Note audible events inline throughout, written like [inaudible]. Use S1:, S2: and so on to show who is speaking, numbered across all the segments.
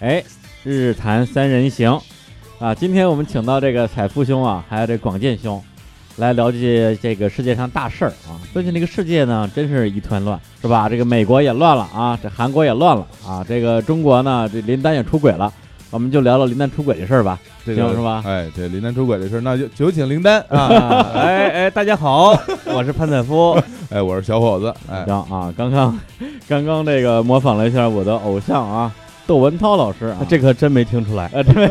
S1: 哎，日坛三人行啊，今天我们请到这个彩富兄啊，还有这广建兄，来了解这个世界上大事儿啊。最近这个世界呢，真是一团乱，是吧？这个美国也乱了啊，这韩国也乱了啊，这个中国呢，这林丹也出轨了。我们就聊聊林丹出轨这事儿吧。
S2: 这个
S1: 行是吧
S2: 哎，对，林丹出轨这事儿，那就有请林丹啊！
S3: 啊，哎哎，大
S1: [laughs]
S3: 家好，我是潘采夫。
S2: 哎，我是小伙子，哎，
S1: 行啊，刚刚刚刚这个模仿了一下我的偶像啊，窦文涛老师啊，
S3: 这可真没听
S1: [laughs]
S3: 出来，
S1: 呃，这位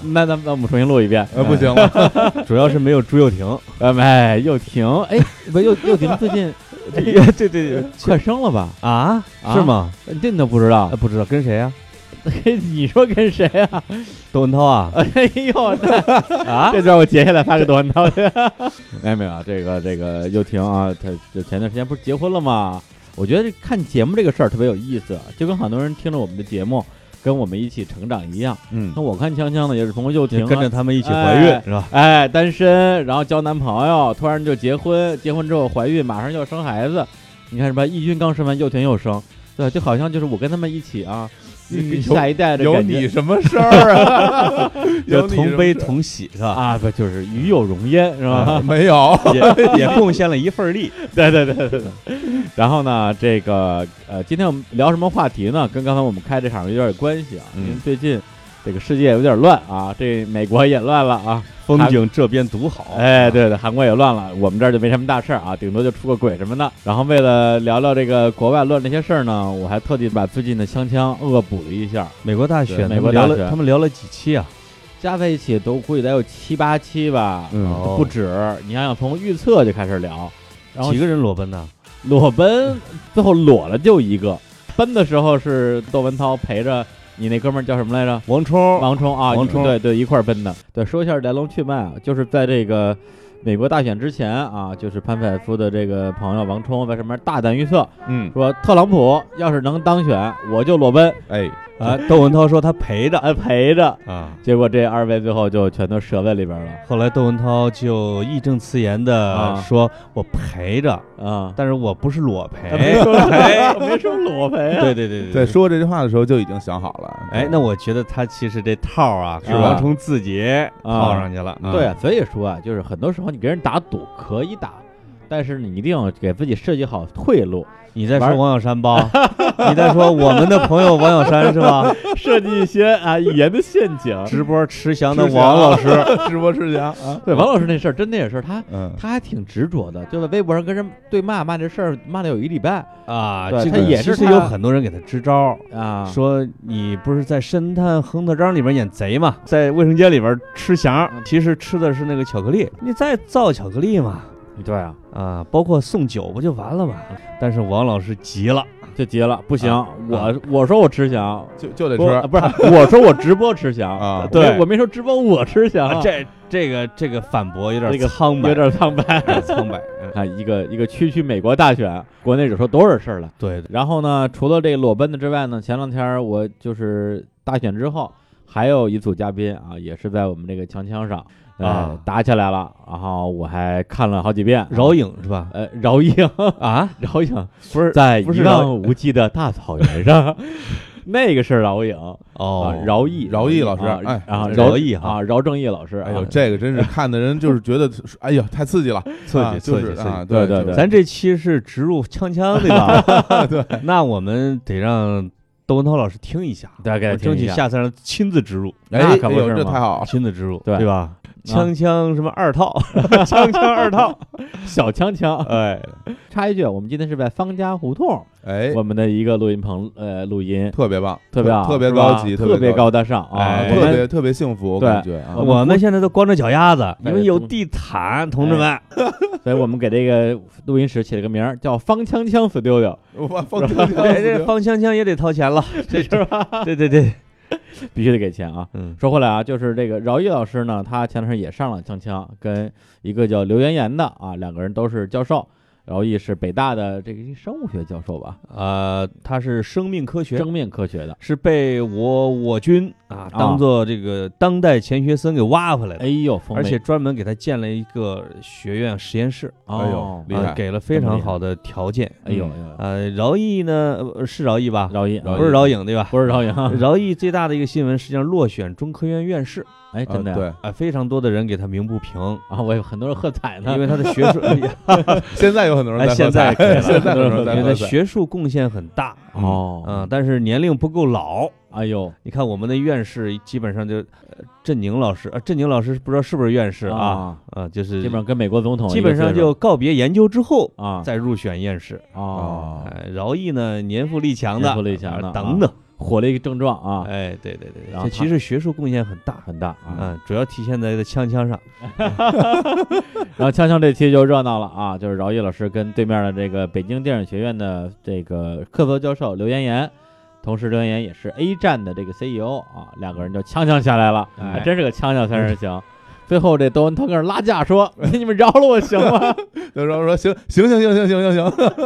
S1: 那咱们那我们重新录一遍。
S2: 呃，不行了，
S3: 主要是没有朱又廷。
S1: 呃，哎，又停， [laughs] 哎，不，又又停，最近
S3: 对对对，
S1: 快生了吧？
S3: 啊，
S1: 啊
S3: 是吗？
S1: 呃这你都不知道
S3: 啊，？不知道跟谁啊？
S1: 嘿你说跟谁啊？
S3: 窦文涛啊？
S1: 呃 [laughs] 哎呦，那
S3: 啊，
S1: [laughs] 这段我截下来发给窦文涛去。 [laughs] 没有没有啊，这个这个又停啊，他就前段时间不是结婚了吗？我觉得这看节目这个事儿特别有意思，就跟很多人听着我们的节目，跟我们一起成长一样。
S2: 嗯
S1: 那，我看锵锵呢，也是从又停、
S3: 就
S1: 啊、
S3: 跟着他们一起怀孕
S1: 哎
S3: 是吧？
S1: 哎，单身，然后交男朋友，突然就结婚，结婚之后怀孕，马上就要生孩子。你看什么？义军刚生完，又婷又生，对，就好像就是我跟他们一起
S2: [laughs]
S1: 啊，孕育
S2: 有
S1: 下一代的
S2: 有
S1: 感
S2: 你
S1: 觉
S2: 什么事儿啊？ [laughs] 有
S3: 就
S2: 你
S3: 同悲
S2: 什么事
S3: 同喜是吧？
S1: 啊，不就是与有荣焉是吧
S2: 儿？？ [laughs] 没有，
S1: [laughs]
S3: 也也贡献了一份力。
S1: 对对对对对。然后呢，这个呃，今天我们聊什么话题呢？跟刚才我们开这场有点关系啊，因为
S2: 嗯
S1: 最近这个世界有点乱啊，这美国也乱了啊，
S3: 风景这边独好，
S1: 哎，对对，韩国也乱了，我们这儿就没什么大事儿啊，顶多就出个轨什么的。然后为了聊聊这个国外乱这些事儿呢，我还特地把最近的锵锵恶补了一下，
S3: 美国大
S1: 对
S3: 选，他
S1: 美
S3: 们
S1: 国
S3: 聊
S1: 大
S3: 了
S1: 选
S3: 他们聊了几期啊？
S1: 加在一起都估计得有七八期吧，
S2: 嗯，
S3: 哦
S1: 不止。你想想，从预测就开始聊，然后
S3: 几个人裸奔呢？
S1: 裸奔，最后裸了就一个。奔的时候是窦文涛陪着你那哥们儿叫什么来着？
S3: 王
S1: [laughs]
S3: 冲，
S1: 王冲啊，
S3: 王冲
S1: 对对，一块儿奔的。对，说一下来龙去脉啊，就是在这个美国大选之前啊，就是潘采夫的这个朋友王冲在上面大胆预测
S2: 嗯，
S1: 说，特朗普要是能当选，我就裸奔，
S2: 哎，
S3: 啊，窦文涛说他陪着
S1: 哎 [laughs] 陪着。
S3: 啊。
S1: 结果这二位最后就全都折在里边了
S3: 后来窦文涛就义正辞严的
S1: 啊
S3: 说：“我陪着，
S1: [laughs] 啊！
S3: 但是我不是裸陪。
S1: 哎没说裸 [laughs] 没说裸陪啊，
S3: 对对对
S2: 在说这句话的时候就已经想好了，
S3: 哎，那我觉得他其实这套啊，
S1: 是
S3: 是
S1: 吧
S3: 王冲自己套上去了。
S2: 啊
S1: 对啊，所以说啊，就是很多时候你给人打赌可以打，但是你一定要给自己设计好退路，
S3: 你在
S1: 玩
S3: 说王小山吧？ [laughs] 你在说我们的朋友王小山是吧？
S1: [laughs] 设计一些啊语言的陷阱。
S3: 直播吃翔
S2: 是
S3: 的
S2: 的
S3: 王老师，
S2: [laughs] 直播之前啊，
S1: 对王老师那事儿，真的也是他
S2: 嗯，
S1: 他还挺执着的，就在微博上跟人对骂骂这事儿，骂了有一礼拜
S3: 啊，
S1: 对
S3: 这
S1: 他
S3: 个
S1: 也
S3: 其
S1: 是
S3: 实
S1: 他
S3: 有很多人给他支招，
S1: 啊。
S3: 说你不是在《神探亨特章》里边演贼嘛，在卫生间里边吃翔，其实吃的是那个巧克力，你再造巧克力嘛。
S1: 对啊，
S3: 啊，包括送酒不就完了嘛？但是王老师急了，
S1: 就急了，不行，
S3: 啊
S1: 我我说我吃翔，
S2: 就就得
S1: 不啊
S2: 吃
S1: 不是，我说我直播吃翔
S2: 啊
S1: 我没
S3: 对
S1: 我没说直播我吃翔啊，
S3: 这这个这个反驳有点
S1: 这个
S3: 苍白，
S1: 有点苍白。 [laughs]
S3: 有点 [laughs] 苍白。嗯
S1: 看一个一个区区美国大选，国内惹出多少事儿来？
S3: 对对，
S1: 然后呢，除了这个裸奔的之外呢，前两天儿我就是大选之后，还有一组嘉宾啊，也是在我们这个锵锵上呃、
S3: 啊
S1: 打起来了，然后我还看了好几遍。
S3: 饶颖是吧？
S1: 呃饶颖
S3: 啊，
S1: 饶颖
S3: 不是
S1: 在
S3: 不
S1: 一
S3: 是饶
S1: 望无际的大草原
S2: [laughs]
S1: 上，那个是饶颖啊
S3: 哦，，
S1: 饶毅
S2: 饶毅老师
S1: 啊
S2: 哎
S1: 啊
S3: 饶毅哈
S1: 啊饶正义老师，
S2: 哎
S1: 啊
S2: 呦，这个真是看的人就是觉得，哎呦，太刺
S1: [laughs]
S2: 激了，
S3: 刺
S2: 啊
S3: 激
S2: 就
S3: 刺
S2: 是
S3: 激刺
S2: 啊，
S3: 激。
S1: 对对对
S2: 就是啊
S3: 咱这期是植入锵锵对吧？ [laughs] 对，那我们得让窦文涛老师听一下，
S1: 大概
S3: 我争取下次让他亲自植入，
S1: [laughs] 那
S2: 哎，
S1: 可
S2: 哎
S1: 不
S2: 呦，
S1: 是
S2: 这
S1: 嘛
S2: 太好
S1: [laughs]
S2: 了，
S3: 亲自植入，
S1: 对
S3: 对啊吧？锵锵什么二 [laughs] 套，锵锵二套，
S1: 小锵锵。
S3: 哎，
S1: 插一句，我们今天是在方家胡同，
S2: 哎，
S1: 我们的一个录音棚呃录音，
S2: 特别棒，
S1: 特别好，
S2: 特别
S1: 是吧
S2: 高级，
S1: 特
S2: 别高
S1: 高大上啊！
S3: 哎
S1: 我
S2: 特
S1: 们
S2: 别特别幸福，我
S1: 对
S2: 感觉
S3: [laughs]
S2: 啊，
S1: 我们
S3: [laughs] 我们现在都光着脚丫 [laughs] 子，
S1: 哎
S3: 因为有地毯，同志们。
S1: 所以我们给这个录音室起了个名儿叫“方锵锵
S2: [laughs]
S1: Studio”，
S2: 我把放这
S3: 哎这放锵锵也得掏钱 [laughs] 了，这是吧？对对对，
S1: 必须得给钱啊！
S3: 嗯，
S1: 说回来啊，就是这个饶毅老师呢，他前段时间也上了锵锵，跟一个叫刘媛媛的啊，两个人都是教授。饶毅是北大的这个生物学教授吧，
S3: 呃，他是生命科学，
S1: 生命科学的。
S3: 是被我我军啊
S1: 啊
S3: 当做这个当代钱学森给挖回来的，
S1: 哎呦，风
S3: 而
S1: 味
S3: 且专门给他建了一个学院实验室，
S2: 哎
S1: 哦
S2: 呦，厉
S3: 啊
S2: 害
S3: 给了非常好的条件。
S1: 哎呦，
S2: 嗯
S1: 哎呦
S3: 呃，饶毅呢呃是饶毅吧？
S1: 饶毅
S2: 饶毅
S3: 不是饶颖对吧？啊
S1: 不是饶啊
S3: [laughs]
S1: 颖，
S3: 饶毅最大的一个新闻，实际上落选中科院院士，
S1: 哎，
S2: 啊
S1: 真的呀
S2: 对，
S3: 啊，非常多的人给他鸣不
S1: [laughs]
S3: 平，
S1: 啊，我有很多人喝彩呢，
S3: 因为他的学术，
S2: 现在有很多人
S3: 哎
S2: 在
S3: 现
S2: 喝彩，
S3: 在可以了
S2: 现在有很多人在
S3: 因为他
S2: 喝彩。
S3: 学术贡献很大，
S1: 哦，
S3: 嗯，但是年龄不够老。
S1: 哎呦，
S3: 你看我们的院士基本上就，呃郑宁老师啊，郑宁老师不知道是不是院士啊？
S1: 啊，
S3: 啊，就是
S1: 基本上跟美国总统
S3: 基本上
S1: 一个岁
S3: 就告别研究之后
S1: 数啊，
S3: 再入选院士。
S1: 哦，
S2: 哦，
S3: 哎，饶毅呢，年富力强的，
S1: 年富力强的
S3: 啊等等，
S1: 火了一个症状啊，
S3: 哎，对对对，
S1: 然后
S3: 这
S1: 他
S3: 其实学术贡献很大，
S1: 很大啊。
S3: 嗯，主要体现在他的枪枪上。
S1: 然后锵锵这期就热闹了啊，就是饶毅老师跟对面的这个北京电影学院的这个客座教授刘岩岩。同时，刘岩岩也是 A 站的这个 CEO 啊，两个人就呛呛下来了，
S3: 哎
S1: 还真是个呛呛三人 [laughs] 行。最后这窦文涛跟人拉架说：“你们饶了我行吗
S2: 就说说行行行行行行行行，？”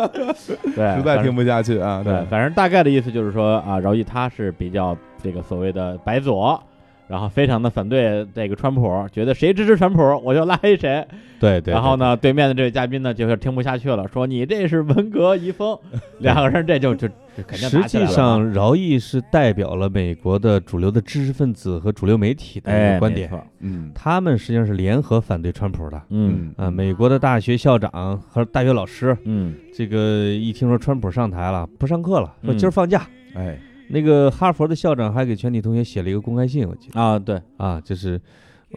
S1: [laughs] 对，
S3: 哎
S2: 实
S1: 反
S2: 在
S1: 正
S2: 听不下去啊！
S1: 对，反正大概的意思就是说啊，饶毅他是比较这个所谓的白左，然后非常的反对这个川普，觉得谁支持川普我就拉黑谁。
S3: 对对
S1: 然后？呢，对面的这位嘉宾呢就是听不下去了，说你这是文革遗风，两个人这就就就肯定
S3: 实
S1: 打起来了
S3: 际上，饶毅是代表了美国的主流的知识分子和主流媒体的一
S1: 哎
S3: 个观
S1: 没
S3: 点，
S1: 错
S3: [laughs]
S2: 嗯
S3: 他们实际上是联合反对川普的。
S1: 嗯
S3: 啊，美国的大学校长和大学老师，
S1: 嗯
S3: 这个一听说川普上台了，不上课了，说
S1: 嗯
S3: 今儿放假。
S2: 哎
S3: 那个哈佛的校长还给全体同学写了一个公开信，我记得
S1: 啊对，
S3: 啊，就是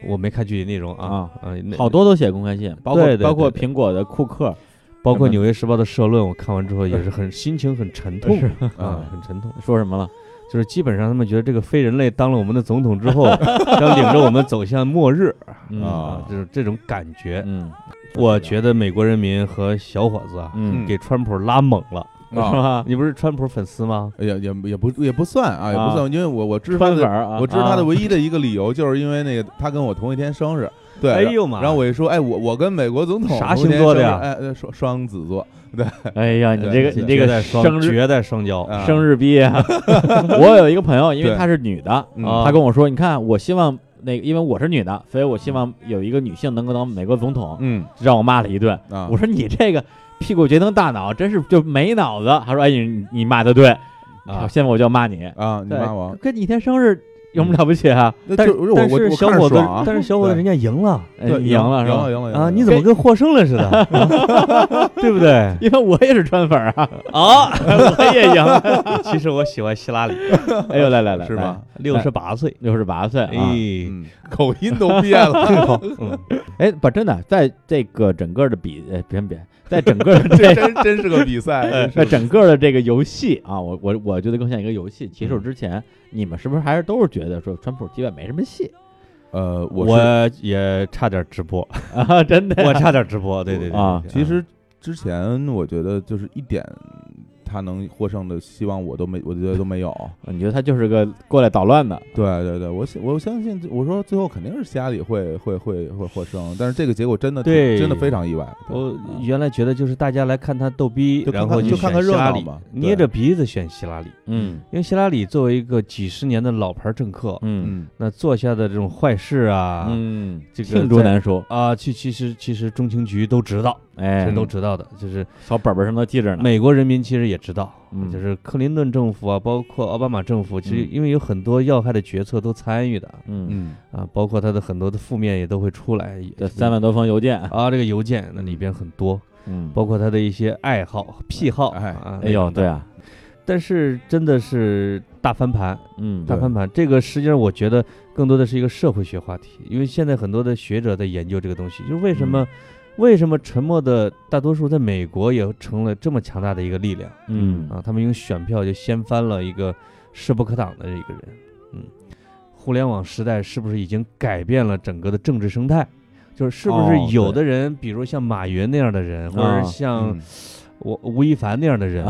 S3: 我没看具体内容啊
S1: 啊
S3: 啊，那
S1: 好多都写公开信，包括
S3: 对对
S1: 包括
S3: 对
S1: 苹果的库克，
S3: 包
S1: 什
S3: 括《
S1: 么
S3: 纽约时报》的社论，我看完之后也是很心情很沉痛
S1: 是
S3: 啊
S2: 啊，
S3: 很沉痛。
S1: 说什么了？
S3: 就是基本上他们觉得这个非人类当了我们的总统之
S2: [laughs]
S3: 后，将领着我们走向末日
S1: 嗯
S2: 啊
S3: 啊，就是这种感觉。
S1: 嗯，
S3: 我觉得美国人民和小伙子啊，
S1: 嗯
S3: 给川普拉猛了。
S1: [laughs] 是
S2: 啊，
S1: 吧？
S3: 你不是川普粉丝吗？
S2: 也也也不也不算啊，也不算，因为我我知道
S1: 川
S2: 他
S1: 粉
S2: 的，
S1: 儿啊，
S2: 我知道他的
S1: 啊
S2: 唯一的一个理由，就是因为那个他跟我同一天生日，对，
S3: 哎呦妈
S2: 然后我一说，哎，我我跟美国总统
S3: 啥
S2: 同一天
S3: 星座的呀
S2: 生日哎，呃双双子座，
S1: 哎呀，你这个你
S2: 对
S1: 这
S3: 绝代
S1: 个
S3: 双
S1: 生日
S3: 绝代双骄，
S2: 啊
S1: 生日逼啊！ [laughs] 我有一个朋友，因为她是女的，
S2: 嗯
S3: 啊
S1: 她跟我说：“你看，我希望那个，因为我是女的，所以我希望有一个女性能够当美国总
S3: 哦
S1: 统。
S2: 嗯”
S1: 让我骂了一顿。
S2: 啊
S1: 我，说：“你这个屁股决定大脑，真是就没脑子。”她说：“哎，你你骂的对，
S3: 啊
S1: 现在我就要骂你。
S2: 啊，你
S1: 对
S2: 骂我，
S1: 跟你一天生日有什么了不起啊？
S2: 那
S3: 但
S2: 就我
S3: 但
S2: 我
S3: 是
S2: 我
S3: 小
S2: 看着
S3: 伙子
S2: 爽啊，，
S3: 但是小伙子人家赢了
S1: 哎
S2: 对
S1: 你赢了是
S2: 赢
S1: 吧
S2: 了赢了赢了
S3: 啊！你怎么跟获胜了似的？啊 [laughs] 对不对？
S1: 因为我也是川粉儿啊，
S3: 啊！
S1: [laughs] 我也赢了。
S3: [laughs] 其实我喜欢希拉里， [laughs]
S1: 哎呦，来来来，
S2: 是吧？
S3: 六十八岁。
S1: 六十八岁啊，
S3: 哎，
S2: 嗯， [laughs] 口音都变 [laughs] 了，
S3: [laughs] 嗯
S1: 哎，不，真的，在这个整个的比，哎，别别，在整个的这
S2: 这真真是个比赛， [laughs] 真是
S1: 那整个的这个游戏啊，我我我觉得更像一个游戏。起手
S2: 嗯
S1: 之前，你们是不是还是都是觉得说川普基本没什么戏
S2: 呃，我是
S3: 我也差点直 [laughs] 播，
S1: 啊？真的
S3: 我
S1: 呀，
S3: 差点直播，对对对
S1: 啊
S2: 其实之前我觉得就是一点他能获胜的希望我都没，我觉得都没有。 [laughs]
S1: 你觉得他就是个过来捣乱的？
S2: 对对对，我相我相信，我说最后肯定是希拉里会会会会获胜，但是这个结果真的挺
S3: 对
S2: 真的啊非常意外。对
S3: 我原来觉得就是大家来嗯看他逗逼，
S2: 就看
S3: 然
S2: 看
S3: 后
S2: 就看看热闹
S3: 选希拉
S2: 嘛
S3: 里，
S2: 对
S3: 捏着鼻子选希拉里，
S1: 嗯
S3: 因为希拉里作为一个几十年的老牌政客，
S1: 嗯
S2: 嗯
S3: 那做下的这种坏事啊，
S1: 嗯，
S3: 这个
S1: 罄竹
S3: 在
S1: 难书，
S3: 啊，其其实其实中情局都知道，其
S1: 哎
S3: 实，都知道的，就是
S1: 小本本上都记着呢。
S3: 美国人民其实也知道，
S1: 嗯
S3: 就是克林顿政府啊，包括奥巴马政府，其实
S1: 嗯
S3: 因为有很多要害的决策都参与的
S1: 嗯，
S2: 嗯
S3: 啊，包括他的很多的负面也都会出来，
S1: 这三万多封邮件，
S3: 啊，这个邮件那里边很多，
S1: 嗯，
S3: 包括他的一些爱好、癖好，
S2: 哎
S3: 啊，
S1: 哎呦，对
S3: 啊，
S1: 啊，
S3: 但是真的是大翻盘，
S1: 嗯
S3: 大
S2: 对
S3: 翻盘，这个实际上我觉得更多的是一个社会学话题，因为现在很多的学者在研究这个东西，就是为什
S1: 嗯
S3: 么、为什么沉默的大多数在美国也成了这么强大的一个力量
S1: 嗯
S3: 啊？他们用选票就掀翻了一个势不可挡的一个人。嗯，互联网时代是不是已经改变了整个的政治生态？就是是不
S1: 哦
S3: 是有
S1: 对
S3: 的人，比如像马云那样的人，或者
S1: 啊嗯
S3: 是像、
S2: 嗯
S3: 我吴亦凡那样
S1: [laughs]
S3: 的人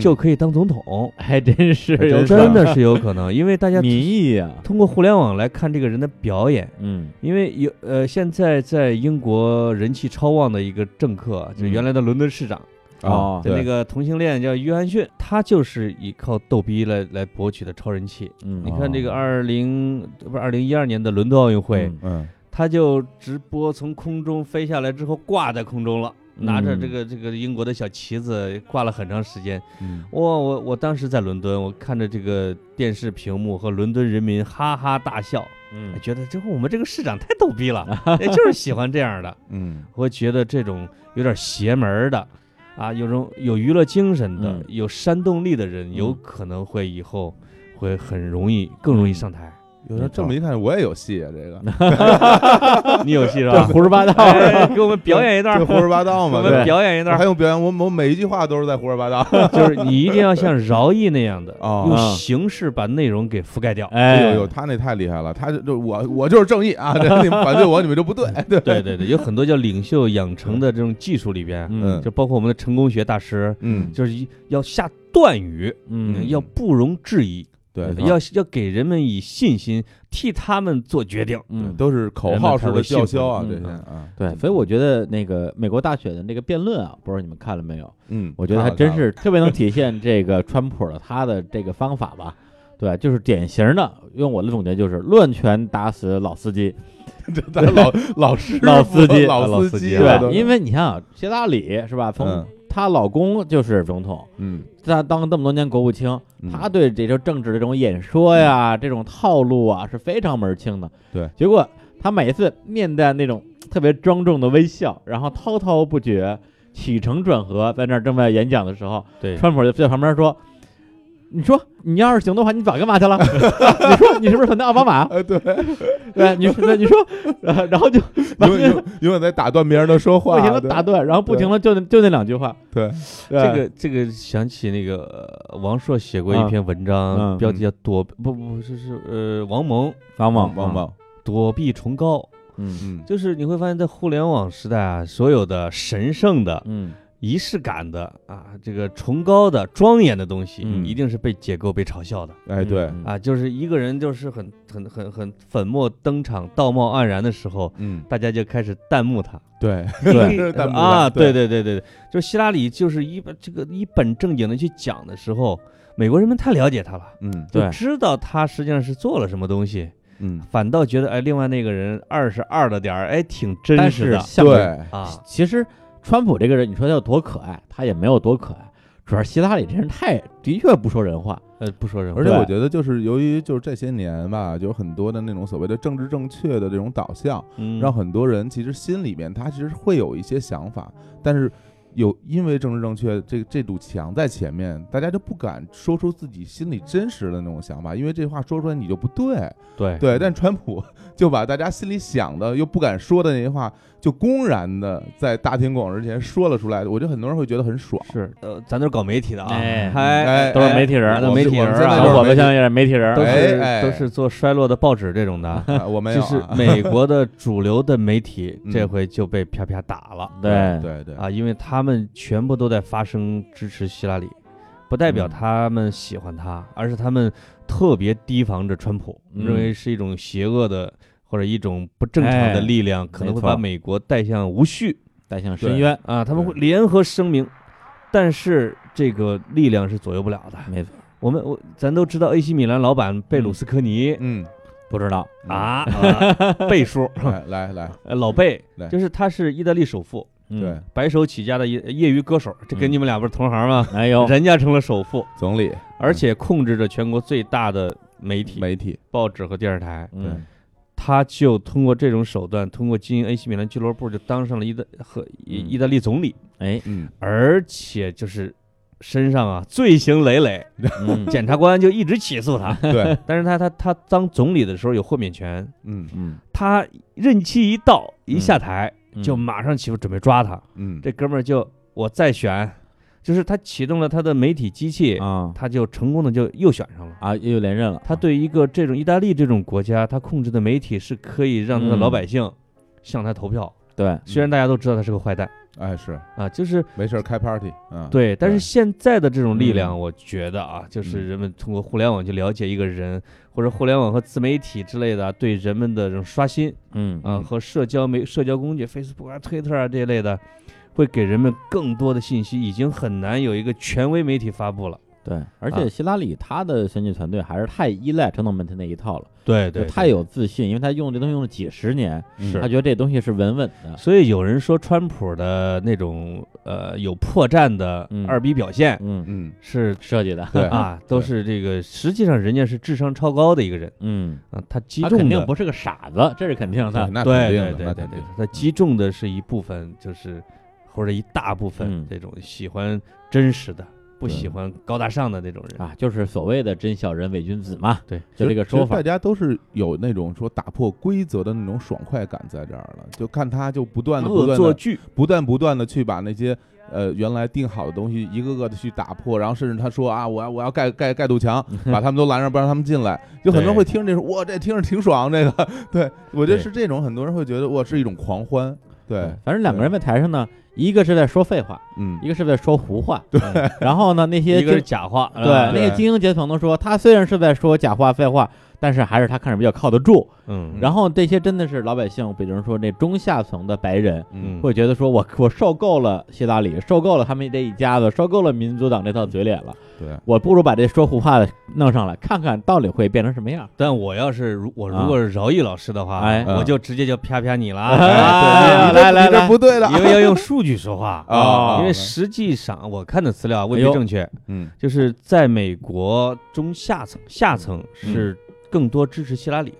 S3: 就可以当总统，
S1: 还真是
S2: 还
S1: 有
S2: 真是
S1: 可
S3: 真
S1: 能
S3: 的是有可能，因为大家
S1: 民意啊，
S3: 通过互联网来看这个人的表演，
S1: 嗯
S3: 因为有呃，现在在英国人气超旺的一个政客啊，
S1: 嗯
S3: 就是原来的伦敦市长，
S1: 哦
S3: 就那
S2: 个
S3: 个同性恋叫约翰逊，他就是依靠逗逼来来博取的超人气。
S1: 嗯，
S3: 你
S1: 哦
S3: 看这个
S2: 哦
S3: 二零不是二零一二年的伦敦奥运会，
S1: 嗯
S2: 嗯
S3: 他就直播从空中飞下来之后挂在空中了。拿着
S1: 嗯
S3: 这个这个英国的小旗子挂了很长时间，
S2: 嗯
S3: 哇！我我当时在伦敦，我看着这个电视屏幕和伦敦人民哈哈大笑，哎
S1: 嗯
S3: 觉得这我们这个市长太逗逼了，也就是喜欢这样的。
S2: 嗯
S3: 我觉得这种有点邪门儿的，啊，有种有娱乐精神的、
S1: 嗯
S3: 有煽动力的人，有
S1: 嗯
S3: 可能会以后会很容易更容易上台。
S2: 有人这么一看，我也有戏啊，这个 [laughs]
S3: 你有戏
S1: [laughs]
S3: 是
S1: 这
S3: 吧？
S1: 胡说八道，
S3: [laughs] 哎给我们表演一段
S2: 这
S3: 儿，
S2: 胡说八道 [laughs]
S3: 给
S2: 嘛，
S3: 我们
S2: 对。
S3: 表演一段
S2: 我还
S3: 儿，
S2: 用表演，我我每一句话都是在胡说八道。
S3: 就是你一定要像饶毅那样的，
S2: 哦
S3: 用形式把内容给覆盖掉。
S2: 哎
S1: 哎
S2: 呦呦，他那太厉害了，他就就我我就是正义啊！ [laughs] 你们反对我，你们就不对，对
S3: [laughs] 对对对，有很多叫领袖养成的这种技术里边，
S1: 嗯
S3: 就包括我们的成功学大师，
S2: 嗯
S3: 就是一要下断语，
S1: 嗯
S3: 要不容置疑，
S2: [laughs] 对，
S3: 要要给人们以信心，替他们做决定。
S1: 嗯
S2: 都是口号式的叫嚣啊，
S1: 人
S2: 这
S1: 们
S2: 些
S1: 才会嗯
S2: 啊，
S1: 对，所以我觉得那个美国大选的那个辩论啊，不知道你们看了没有？
S2: 嗯，
S1: 我觉得还真
S2: [laughs]
S1: 是特别能体现这个川普的他的这个方法吧。 [laughs] 对，就是典型的，用我的总结就是乱拳打死老司机。
S2: 看了 [laughs] 看了老老师傅
S1: 老司机
S2: 老司机了，
S1: 对，因为你看啊，希拉里是吧？从
S2: 嗯
S1: 她老公就是总统，
S2: 嗯，
S1: 她当了这么多年国务卿，
S2: 嗯
S1: 她对这种政治这种演说呀、这种套路啊是非常门儿清的。
S2: 对，
S1: 结果她每一次面带那种特别庄重的微笑，然后滔滔不绝、起承转合，在那儿正在演讲的时候，
S3: 对
S1: 川普就在旁边说。你说你要是行的话，你早干嘛
S2: [laughs]
S1: 去了？你说你是不是反对奥巴马？
S2: 呃，对，
S1: 对，你说你说，呃然后就
S2: 永
S1: [laughs]
S2: 远永永远在打断别人的说
S1: 不
S2: 话，啊
S1: 停的
S2: 对
S1: 打断，然后不停的就那就那两句话。
S2: 对，
S3: 这
S1: 对
S3: 个这个想起那个呃王朔写过
S1: 啊
S3: 一篇文章，
S1: 嗯
S3: 标题叫《躲不不是是呃王蒙
S1: 王
S2: 棒
S1: 猛
S2: 棒，棒，
S3: 躲避崇高》，
S1: 嗯
S2: 嗯，
S3: 就是你会发现在互联网时代啊，所有的神圣的、
S1: 嗯
S3: 仪式感的啊，这个崇高的、庄严的东西，
S1: 嗯
S3: 一定是被解构、被嘲笑的。
S2: 哎，对，
S1: 嗯
S3: 啊，就是一个人就是很很很很粉墨登场、道貌岸然的时候，
S2: 嗯，
S3: 大家就开始弹幕他。
S2: 对，
S3: 对
S2: 是弹幕
S3: 啊，
S2: 对
S3: 对对对对，就是希拉里就是一本这个一本正经的去讲的时候，美国人民太了解他了，
S2: 嗯
S1: 对
S3: 就知道他实际上是做了什么东西，
S2: 嗯，
S3: 反倒觉得哎，另外那个人二十二了点儿，哎，挺真
S1: 但
S3: 实
S1: 是 [laughs]
S3: 的
S1: 像我
S2: 对，
S3: 啊，
S1: 其实川普这个人，你说他有多可爱，他也没有多可爱，主要是希拉里这人太的确不说人话。
S3: 呃，不说人话
S2: 而且
S1: 对
S2: 我觉得就是由于就是这些年吧，有很多的那种所谓的政治正确的这种导向，
S3: 嗯
S2: 让很多人其实心里面他其实会有一些想法，但是有因为政治正确这这堵墙在前面，大家就不敢说出自己心里真实的那种想法，因为这话说出来你就不对。
S3: 对
S2: 对，但川普 [laughs] 就把大家心里想的又不敢说的那些话，就公然的在大庭广众之前说了出来，我觉得很多人会觉得很爽。
S3: 是呃，咱都是搞媒体的啊，
S1: 哎
S3: 嗨，
S1: 都是媒体人
S2: 哎
S3: 都是
S2: 我
S3: 媒
S2: 是
S3: 体
S2: 我
S3: 人
S2: 们现
S3: 啊
S2: 在
S1: 小
S2: 就是
S1: 伙子
S2: 媒
S1: 现
S2: 体
S1: 在也是媒体人
S3: 都
S1: 儿，
S3: 是
S2: 哎哎
S3: 都是做衰落的报纸这种的，
S2: 啊我没有
S3: 就
S2: [laughs] 啊、
S3: 是美国的主流的媒体
S2: 嗯
S3: 这回就被啪啪打了
S1: 对，
S2: 对对，
S3: 啊，因为他们全部都在发声支持希拉里，不代表
S1: 嗯
S3: 他们喜欢他，而是他们特别提防着川普，
S1: 嗯
S3: 认为是一种邪恶的或者一种不正常的力量，可能
S1: 没
S3: 会
S1: 错
S3: 把美国带向无序
S1: 带向深渊，
S3: 啊，他们会
S2: 对
S3: 联合声明，但是这个力量是左右不了的。
S1: 没错，
S3: 我们我咱都知道 AC 米兰老板贝鲁斯科尼、
S2: 嗯
S1: 不知道，
S2: 嗯
S3: 啊，啊贝 [laughs] 叔，
S2: [laughs] 来来来，
S3: 呃老贝
S2: 对，
S3: 就是他是意大利首富，
S1: 嗯
S2: 对，，
S3: 白手起家的业业余歌手，这跟
S1: 嗯
S3: 你们俩不是同行吗？
S1: 哎呦，
S3: 人家成了首富，
S2: 总理
S1: 嗯
S3: 而且控制着全国最大的媒体、
S2: 媒体，
S3: 报纸和电视台。
S1: 嗯
S3: 他就通过这种手段，通过经营 AC 米兰俱乐部，就当上了意大和意
S1: 嗯
S3: 意大利总理，
S1: 哎，
S2: [laughs] 嗯，。
S3: 而且就是身上啊罪行
S1: [laughs]
S3: 累累，
S1: 嗯
S3: 检察官就一直起
S1: [laughs]
S3: 诉他 [laughs]
S2: 对，
S3: 但是他他他当总理的时候有豁免权，
S2: 嗯
S1: 嗯，
S3: 他任期一到一下台，
S1: 嗯
S3: [laughs] 就马上起诉准备抓他。
S2: 嗯，
S3: 这哥们儿就我再选，就是他启动了他的媒体机器，
S1: 啊
S3: 他就成功的就又选上了。
S1: 啊又连任了，
S3: 他对一个这种意大利这种国家，他控制的媒体是可以让他的
S1: 嗯
S3: 老百姓向他投票。
S1: 对，
S3: 虽然大家都知道他是个坏蛋，
S2: 哎，是
S3: 嗯啊，就是
S2: 没事儿开 party，嗯，，
S3: 对。但是现在的这种力量，
S2: 嗯
S3: 我觉得啊，就是
S2: 嗯
S3: 人们通过互联网去了解一个人，或者互联网和自媒体之类的啊，对人们的这种刷新
S1: 嗯
S3: 啊，和社交媒社交工具，Facebook 啊、Twitter 啊这一类的，会给人们更多的信息，已经很难有一个权威媒体发布了。
S1: 对，而
S3: 啊
S1: 且希拉里她的选举团队还是太依赖传统媒体那一套了，
S3: 对
S1: 就太有自信，因为他用这东西用了几十年，
S2: 嗯
S3: 啊
S1: 他觉得这东西是稳稳的。
S3: 所以有人说川普的那种呃有破绽的
S1: 嗯
S3: 二逼表现
S1: 嗯，
S3: [laughs]
S2: 嗯，
S3: 是
S1: 设计的，
S2: 对
S3: 啊，都
S2: 对
S3: 是这个实际上人家是智商超高的一个人
S1: 嗯，
S3: 啊，他击
S1: 他
S3: 中
S1: 肯定
S3: 的
S1: 不是个傻子，这是肯定
S2: 对
S1: 的。
S2: 那肯
S3: 对
S2: 定
S3: 对
S2: 的，
S3: 对
S2: 那
S3: 对
S2: 肯
S3: 对
S2: 定，，
S1: 嗯
S3: 他击中的是一部分就是或者一大部分
S1: 嗯
S3: 这种喜欢真实的。不
S1: 对
S3: 喜欢高大上的那种人，
S1: 啊，就是所谓的真小人伪君子嘛，
S3: 对，
S1: 就这个
S2: 其实
S1: 说法嗯
S2: 大。家都是有那种说打破规则的那种爽快感在这儿了，就看他就不断的不
S3: 恶
S2: 断
S3: 作
S2: 的
S3: 剧，
S2: 不断不断的去把那些呃原来定好的东西一个个的去打破，然后甚至他说啊，我要我要盖盖盖堵
S3: [laughs]
S2: 墙，把他们都拦上，不让他们进来。有很多人会听着这说，哇，这听着挺爽，这个， [laughs] 对我觉
S1: 对
S2: 得是这种，很多人会觉得哇是一种狂欢，对，
S1: 反正两个人在台上呢，一个是在说废话，
S2: 嗯
S1: 一，个是在说胡话。对，然后呢，那些
S3: 一个是
S1: 精
S3: 假话，
S1: 对
S3: 啊
S1: 那些
S2: 对
S1: 精英阶层都说，他虽然是在说假话废话，但是还是他看着比较靠得住。
S3: 嗯，
S1: 然后这些真的是老百姓，比如说那中下层的白人，
S2: 嗯
S1: 会觉得说我我受够了希拉里，受够了他们这一家子，受够了民主党这套嘴脸了，
S2: 对，
S1: 我不如把这说胡话的弄上来，看看到底会变成什么样。
S3: 但我要是如我
S1: 啊
S3: 如果是饶毅老师的话，
S1: 哎
S3: 我就直接就啪
S1: [laughs]
S3: 啪你了
S1: 哎
S3: 啊，
S1: 对来来
S2: 你这
S1: 来
S2: 不对了，
S3: 因为要用数据说 [laughs] 话
S2: 啊
S1: 啊
S3: 因为实际上我看的资料未
S1: 哎
S3: 必
S1: 呦
S3: 正确，
S2: 嗯
S3: 就是在美国中下层下层是更多支持希拉里的，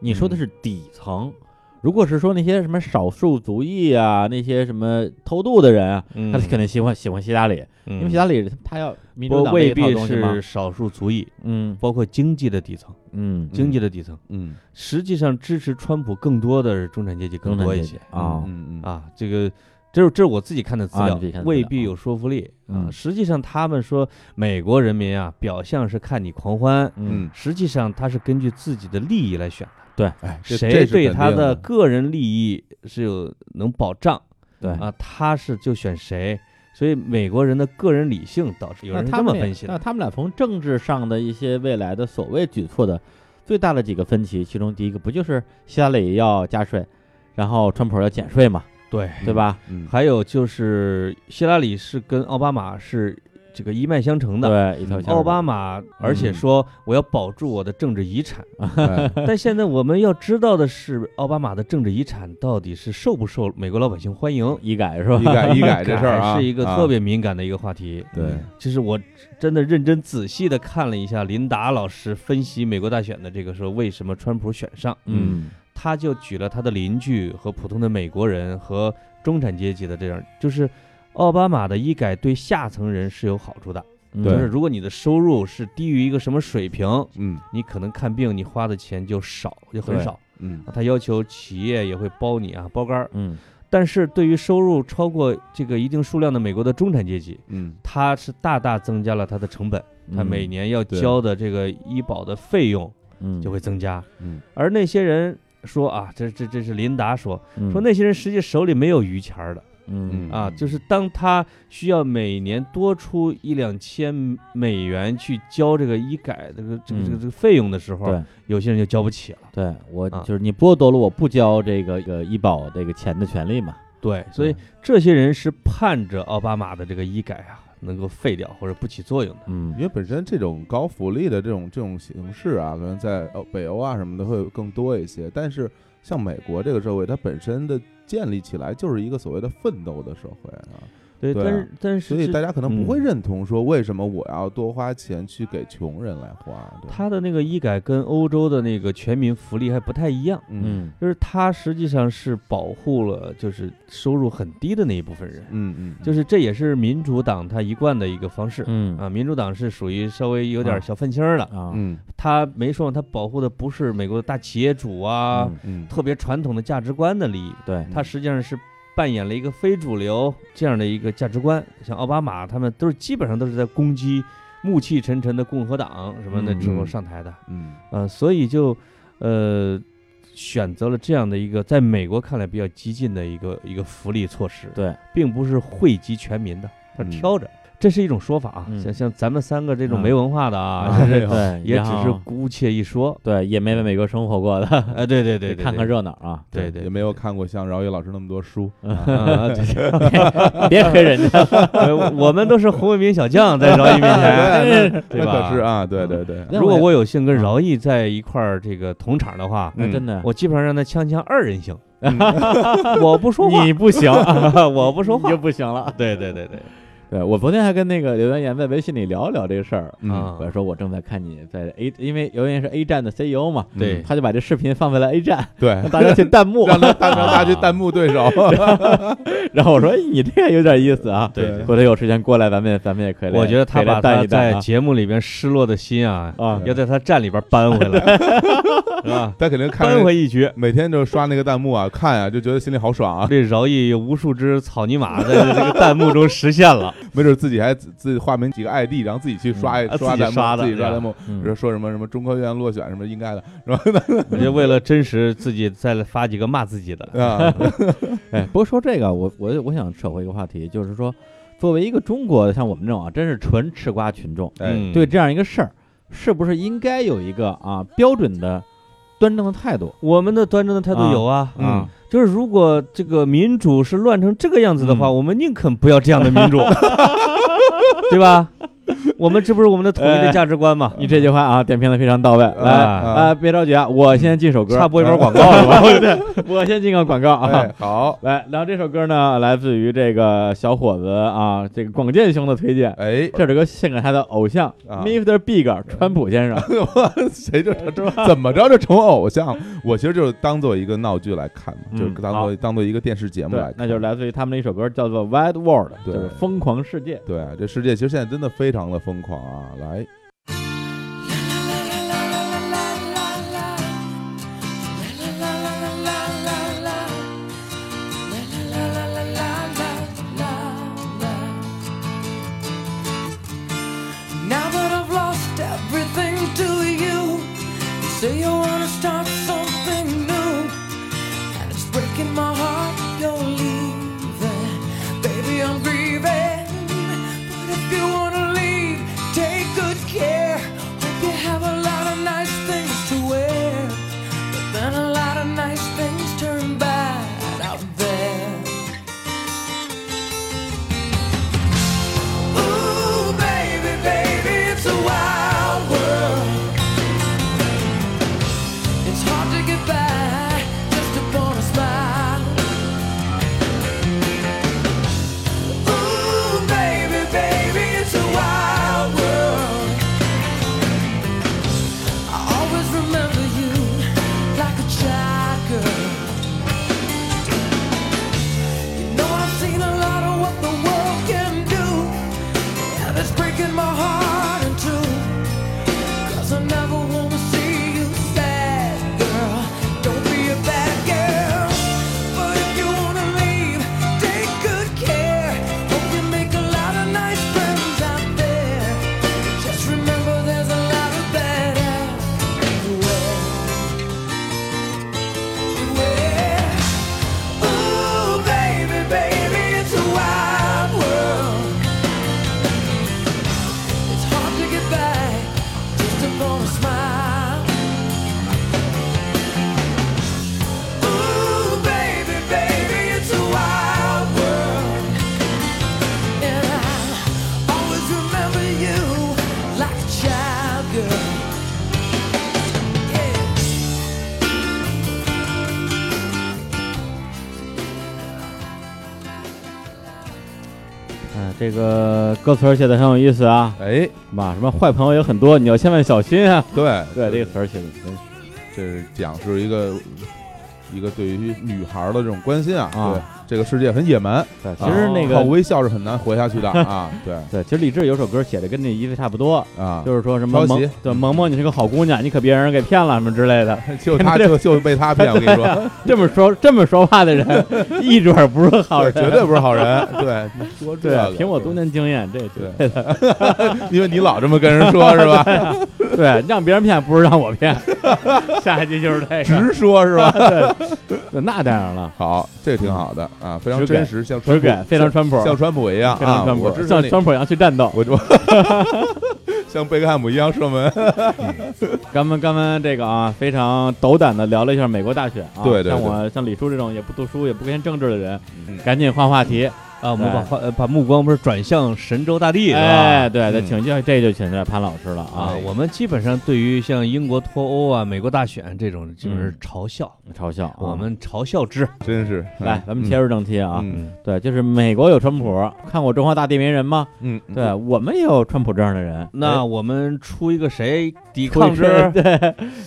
S1: 你说的
S3: 嗯
S1: 是底层，如果是说那些什么少数族裔啊，那些什么偷渡的人啊，
S3: 嗯
S1: 他肯定喜欢喜欢希拉里，
S3: 因
S1: 因为希拉里他要民主
S3: 不
S1: 党这一
S3: 未
S1: 套
S3: 必
S1: 东西嘛
S3: 是。少数族裔，
S1: 嗯
S3: 包括经济的底层，
S1: 嗯
S3: 经济的底层，
S2: 嗯
S3: 实际上支持川普更多的是中产阶级更多一些
S1: 啊，
S2: 嗯嗯
S3: 啊，这个。这是这是我自己看的资
S1: 啊
S3: 料，
S1: 你自己看的资料
S3: 未必有说服力啊、
S1: 嗯
S3: 实际上，他们说美国人民啊，表象是看你狂欢，
S1: 嗯
S2: 嗯，
S3: 实际上他是根据自己的利益来选的，
S2: 哎，这
S3: 谁
S2: 这是
S3: 对
S2: 肯
S3: 他
S2: 定
S3: 的
S2: 的
S3: 个人利益是有能保障
S1: 对
S2: 哎
S3: 啊，他是就选谁。所以美国人的个人理性导致有
S1: 那
S3: 人
S1: 他
S3: 这么
S1: 们俩
S3: 分析
S1: 那
S3: 的，
S1: 他们俩从政治上的一些未来的所谓举措的最大的几个分歧，其中第一个不就是希拉里要加税，然后川普要减税嘛，
S3: 对。
S1: 对吧？
S2: 嗯
S3: 还有就是希拉里是跟奥巴马是这个一脉相承的，
S1: 对，一条线儿的。
S3: 嗯奥巴马而且说
S2: 嗯
S3: 我要保住我的政治遗产，
S2: 哎
S3: 但现在我们要知道的是，奥巴马的政治遗产到底是受不受美国老百姓欢
S2: [laughs]
S3: 迎？
S1: 医改是吧？
S2: 医
S3: [laughs]
S2: 改医改这事儿啊，
S3: 是一个
S2: 啊
S3: 特别敏感的一个话题。
S2: 对，
S3: 就是我真的认真仔细的看了一下林达老师分析美国大选的这个时候，为什么川普选上？
S1: 嗯
S3: 他就举了他的邻居和普通的美国人和中产阶级的这样，就是奥巴马的医改对下层人是有好处的，
S1: 嗯，
S2: 对
S3: 就是如果你的收入是低于一个什么水平，
S2: 嗯
S3: 你可能看病你花的钱就少，就很
S1: 对
S3: 少。
S2: 嗯
S3: 他要求企业也会包你啊，包干儿。
S1: 嗯
S3: 但是对于收入超过这个一定数量的美国的中产阶级，
S2: 嗯
S3: 他是大大增加了他的成本，他
S1: 嗯
S3: 每年要
S2: 对
S3: 交的这个医保的费用
S1: 嗯
S3: 就会增加。
S2: 嗯
S3: 而那些人说啊，这这这是琳达说
S1: 嗯
S3: 说那些人实际手里没有余钱儿的
S1: 嗯
S2: 嗯
S3: 啊，就是当他需要每年多出一两千美元去交这个医改这个这个这个
S1: 嗯
S3: 这个费用的时候
S1: 对，
S3: 有些人就交不起了。
S1: 对我
S3: 啊
S1: 就是你剥夺了我不交这个这个医保这个钱的权利嘛。
S3: 对，所以这些人是盼着奥巴马的这个医改啊能够废掉或者不起作用的。
S1: 嗯
S2: 因为本身这种高福利的这种这种形式啊，可能在呃北欧啊什么的会更多一些。但是像美国这个社会，它本身的建立起来就是一个所谓的奋斗的社会啊，
S3: 对，
S2: 对啊
S3: 但是但是
S2: 所以
S3: 这
S2: 大家可能不会
S3: 嗯
S2: 认同说为什么我要多花钱去给穷人来花。对吧
S3: 他的那个医改跟欧洲的那个全民福利还不太一样，
S2: 嗯
S1: 嗯
S3: 就是他实际上是保护了就是收入很低的那一部分人，
S2: 嗯嗯，
S3: 就是这也是民主党他一贯的一个方式。
S1: 嗯
S3: 啊，民主党是属于稍微有
S1: 啊
S3: 点小愤青儿的，
S1: 啊
S2: 嗯
S3: 他没说他保护的不是美国的大企业主啊，
S1: 嗯
S2: 嗯
S3: 特别传统的价值观的利益，
S1: 对
S3: 他实际上是扮演了一个非主流这样的一个价值观。像奥巴马他们都是基本上都是在攻击暮气沉沉的共和党什么的
S1: 嗯
S3: 之后上台的，
S2: 嗯
S3: 呃，所以就呃选择了这样的一个在美国看来比较激进的一个一个福利措施，
S1: 对，
S3: 并不是惠及全民的，它
S2: 嗯
S3: 挑着。这是一种说法啊，
S1: 嗯
S3: 像像咱们三个这种
S1: 嗯
S3: 没文化的啊，
S2: 啊
S3: 就是
S2: 对
S1: 对，
S3: 也
S1: 然
S3: 只
S1: 后
S3: 是姑且一说。
S1: 对，也没在美国生活过的，
S3: 哎，
S1: [laughs]
S3: 对对对，对
S1: 看看，热闹
S3: [laughs]
S1: 啊！
S3: 对对对，
S2: 也没有看过像饶毅老师那么多书，
S3: 啊，对对
S1: 别黑人家，
S3: 呃我们都是红卫兵小将，在饶毅
S2: [laughs]
S3: 面前，哎对
S2: 哎那
S3: 吧？
S2: 可是啊，对对对，
S1: 那
S3: 如果
S1: 我
S3: 我有幸跟饶毅在一块儿这个同场的话，
S1: 那
S2: 嗯
S1: 真的，
S3: 我基本上让他锵锵二人行， [laughs] 我不说话，
S1: 你不
S3: [laughs]
S1: 行，
S3: 我不说
S1: 你
S3: 话
S1: 就，不行了。
S3: 对对对对，
S1: 对我昨天还跟那个刘元岩在微信里聊一聊这个事儿，
S3: 啊
S2: 嗯，
S1: 我说我正在看你在 A，因为刘元岩是 A 站的 CEO 嘛，
S3: 嗯对
S1: 他就把这视频放在了 A
S3: [laughs]
S1: 站，
S2: 对，
S1: 大
S2: [laughs]
S1: 家去弹幕，
S2: 让他当成大去弹幕对手，
S1: 然后我说哎你这个有点意思啊，
S3: 对
S2: [laughs] 对
S1: 回头有时间过来咱们咱们也可以来，
S3: 我觉得
S1: 可
S3: 他
S1: 以来
S3: 把
S1: 淡
S3: 他
S1: 一淡
S3: 在
S1: 啊
S3: 节目里边失落的心啊，
S1: 啊
S3: 要在他站里边扳回来，
S1: [laughs]
S3: 是吧？
S2: 他肯定看
S3: 扳
S2: 着
S3: 回一局。
S2: 每天就刷那个弹幕啊，看啊就觉得心里好爽啊，
S3: 这饶毅有无数只草泥马在这个弹幕中实
S1: [laughs]
S3: 现了，
S2: 没准自己还自自己化名几个 ID，然后自己去刷
S3: 嗯啊
S2: 刷
S3: 自己
S2: 弹
S3: 刷的
S2: 幕，自己刷
S3: 对吧
S2: 弹幕，比
S1: 嗯
S2: 如说说什么什么中科院落选什么应该的
S3: 我就为了真实自己再发几个骂自己的，
S2: 啊，
S1: 哎，不过说这个，我我我想扯回一个话题，就是说，作为一个中国像我们这种啊，真是纯吃瓜群众，
S2: 哎，
S3: 嗯
S1: 对，这样一个事儿，是不是应该有一个啊标准的端正的态度？
S3: 我们的端正的态度有啊，
S2: 嗯
S3: 啊就是如果这个民主是乱成这个样子的话，
S1: 嗯
S3: 我们宁肯不要这样的 [laughs] 民主，对吧？我们这不是我们的统一的价值观嘛？
S1: 你这句话啊，点评的非常到位。来，
S3: 啊
S1: 哎啊、
S2: 啊，
S1: 别着急啊，我先进首歌，
S3: 插播一波广告
S1: 告是吧？ [laughs] 对，我先进个广告啊。
S2: 哎，好，
S1: 来，然后这首歌呢，来自于这个小伙子啊，这个广建兄的推荐。
S2: 哎，
S1: 这首歌献给他的偶像、
S2: 啊
S1: Mr. Big 川普先生。
S2: [laughs] 谁就怎么着就成偶像？我其实就是当做一个闹剧来看嘛，
S1: 嗯
S2: 就是当做当做一个电视节目来
S1: 对
S2: 看，，
S1: 那就是来自于他们的一首歌，叫做《Wide World》，
S2: 对
S1: 就是疯狂世界。
S2: 对这世界其实现在真的非常的疯狂啊！来，
S4: Now that I've lost everything to you, you say you wanna start something new, and it's breaking my heart you're leaving. Baby, I'm grieving, but if you wanna leave, take good care. Hope you have a lot of nice things to wear, but then a lot of nice things turn bad out there. Ooh, baby, baby, it's a wild world. It's hard to get by just upon a smile. Ooh, baby, baby, it's a wild world. I always remember you like a child girl. You know I've seen a lot of what the world can do. And it's breaking my heart in two. Cause I never wanna see you sad, girl. Don't be a bad girl. But if you wanna leave, take good care. Hope you make a lot of nice friends out there. Just remember there's a lot of bad ass everywhere. Beware. Ooh, baby, baby, it's a wild world. It's hard to get back just upon a smile. Ooh, baby, baby, it's a wild world. And I always remember you like a child girl. Yeah.
S1: 啊，这个歌词儿写的很有意思啊，
S2: 哎，
S1: 嘛，什么坏朋友有很多，你要千万小心啊。
S2: 对
S1: [laughs] 对，这个词儿写的真是
S2: 这是讲述一个一个对于女孩的这种关心啊，
S1: 啊
S2: 对这个世界很野蛮，
S1: 对，其实那
S2: 靠
S1: 个
S2: 微笑是很难活下去的
S1: [laughs]
S2: 啊，对
S1: 对，其实李志有首歌写的跟那意思差不多，
S2: 啊，
S1: 就是说什么
S2: 抄袭
S1: 萌对萌萌你是个好姑娘，你可别让人给骗了什么之类
S2: [laughs]
S1: 的。
S2: 就
S1: [laughs]
S2: 他就就被他骗，我跟你说，
S1: 这么说这么说话的
S2: [laughs]
S1: 人，一准儿不是 [laughs] 好
S2: 对
S1: 人。
S2: 绝对不是好人，
S1: [laughs]
S2: 对，你说这
S1: 对，
S2: 个，
S1: 凭我多年经验，这
S2: [laughs] 对，因为你老这么跟人说，是吧？
S1: 对，让别人骗不是让我
S2: [laughs]
S1: 骗。下一句就是这个，
S2: 直啊说是吧？ [laughs]
S1: 对那当然了，
S2: 好，这挺好的啊，非常
S1: 直
S2: 真
S1: 给
S2: 实，像川
S1: 直
S2: 普
S1: 给，非常川普，
S2: 像川普一样
S1: 非常
S2: 啊，
S1: 川
S2: 我
S1: 普，
S2: 支持
S1: 像
S2: 你，
S1: 川普一样去战斗。
S2: 我就像贝克汉姆一样射门，
S1: 咱们刚刚这个啊，非常斗胆的聊了一下美国大选啊，
S2: 对对
S1: 像
S2: 对
S1: 我像李叔这种也不读书也不关心政治的人
S2: 嗯，
S1: 赶紧换话题。
S3: 啊，我们
S1: 对
S3: 把话呃把目光不是转向神州大地，是吧
S1: 哎，对对，
S2: 嗯哎
S1: 请教这就请教潘老师了啊
S3: 啊，，我们基本上对于像英国脱欧啊、美国大选这种，基本是
S1: 嗯
S3: 嘲笑，
S1: 嘲笑啊
S3: 我们嘲笑之。
S2: 真是
S1: 来，咱们切
S2: 入
S1: 入正题啊，
S2: 嗯
S1: 对，就是美国有川普，看过《中华大地名人》吗？
S2: 嗯，嗯
S3: 啊
S1: 对，我们也有川普这样的人。
S3: 那
S1: 哎
S3: 我们出一个谁抵
S1: 出一
S3: 抗之？
S1: 个 [laughs] 对，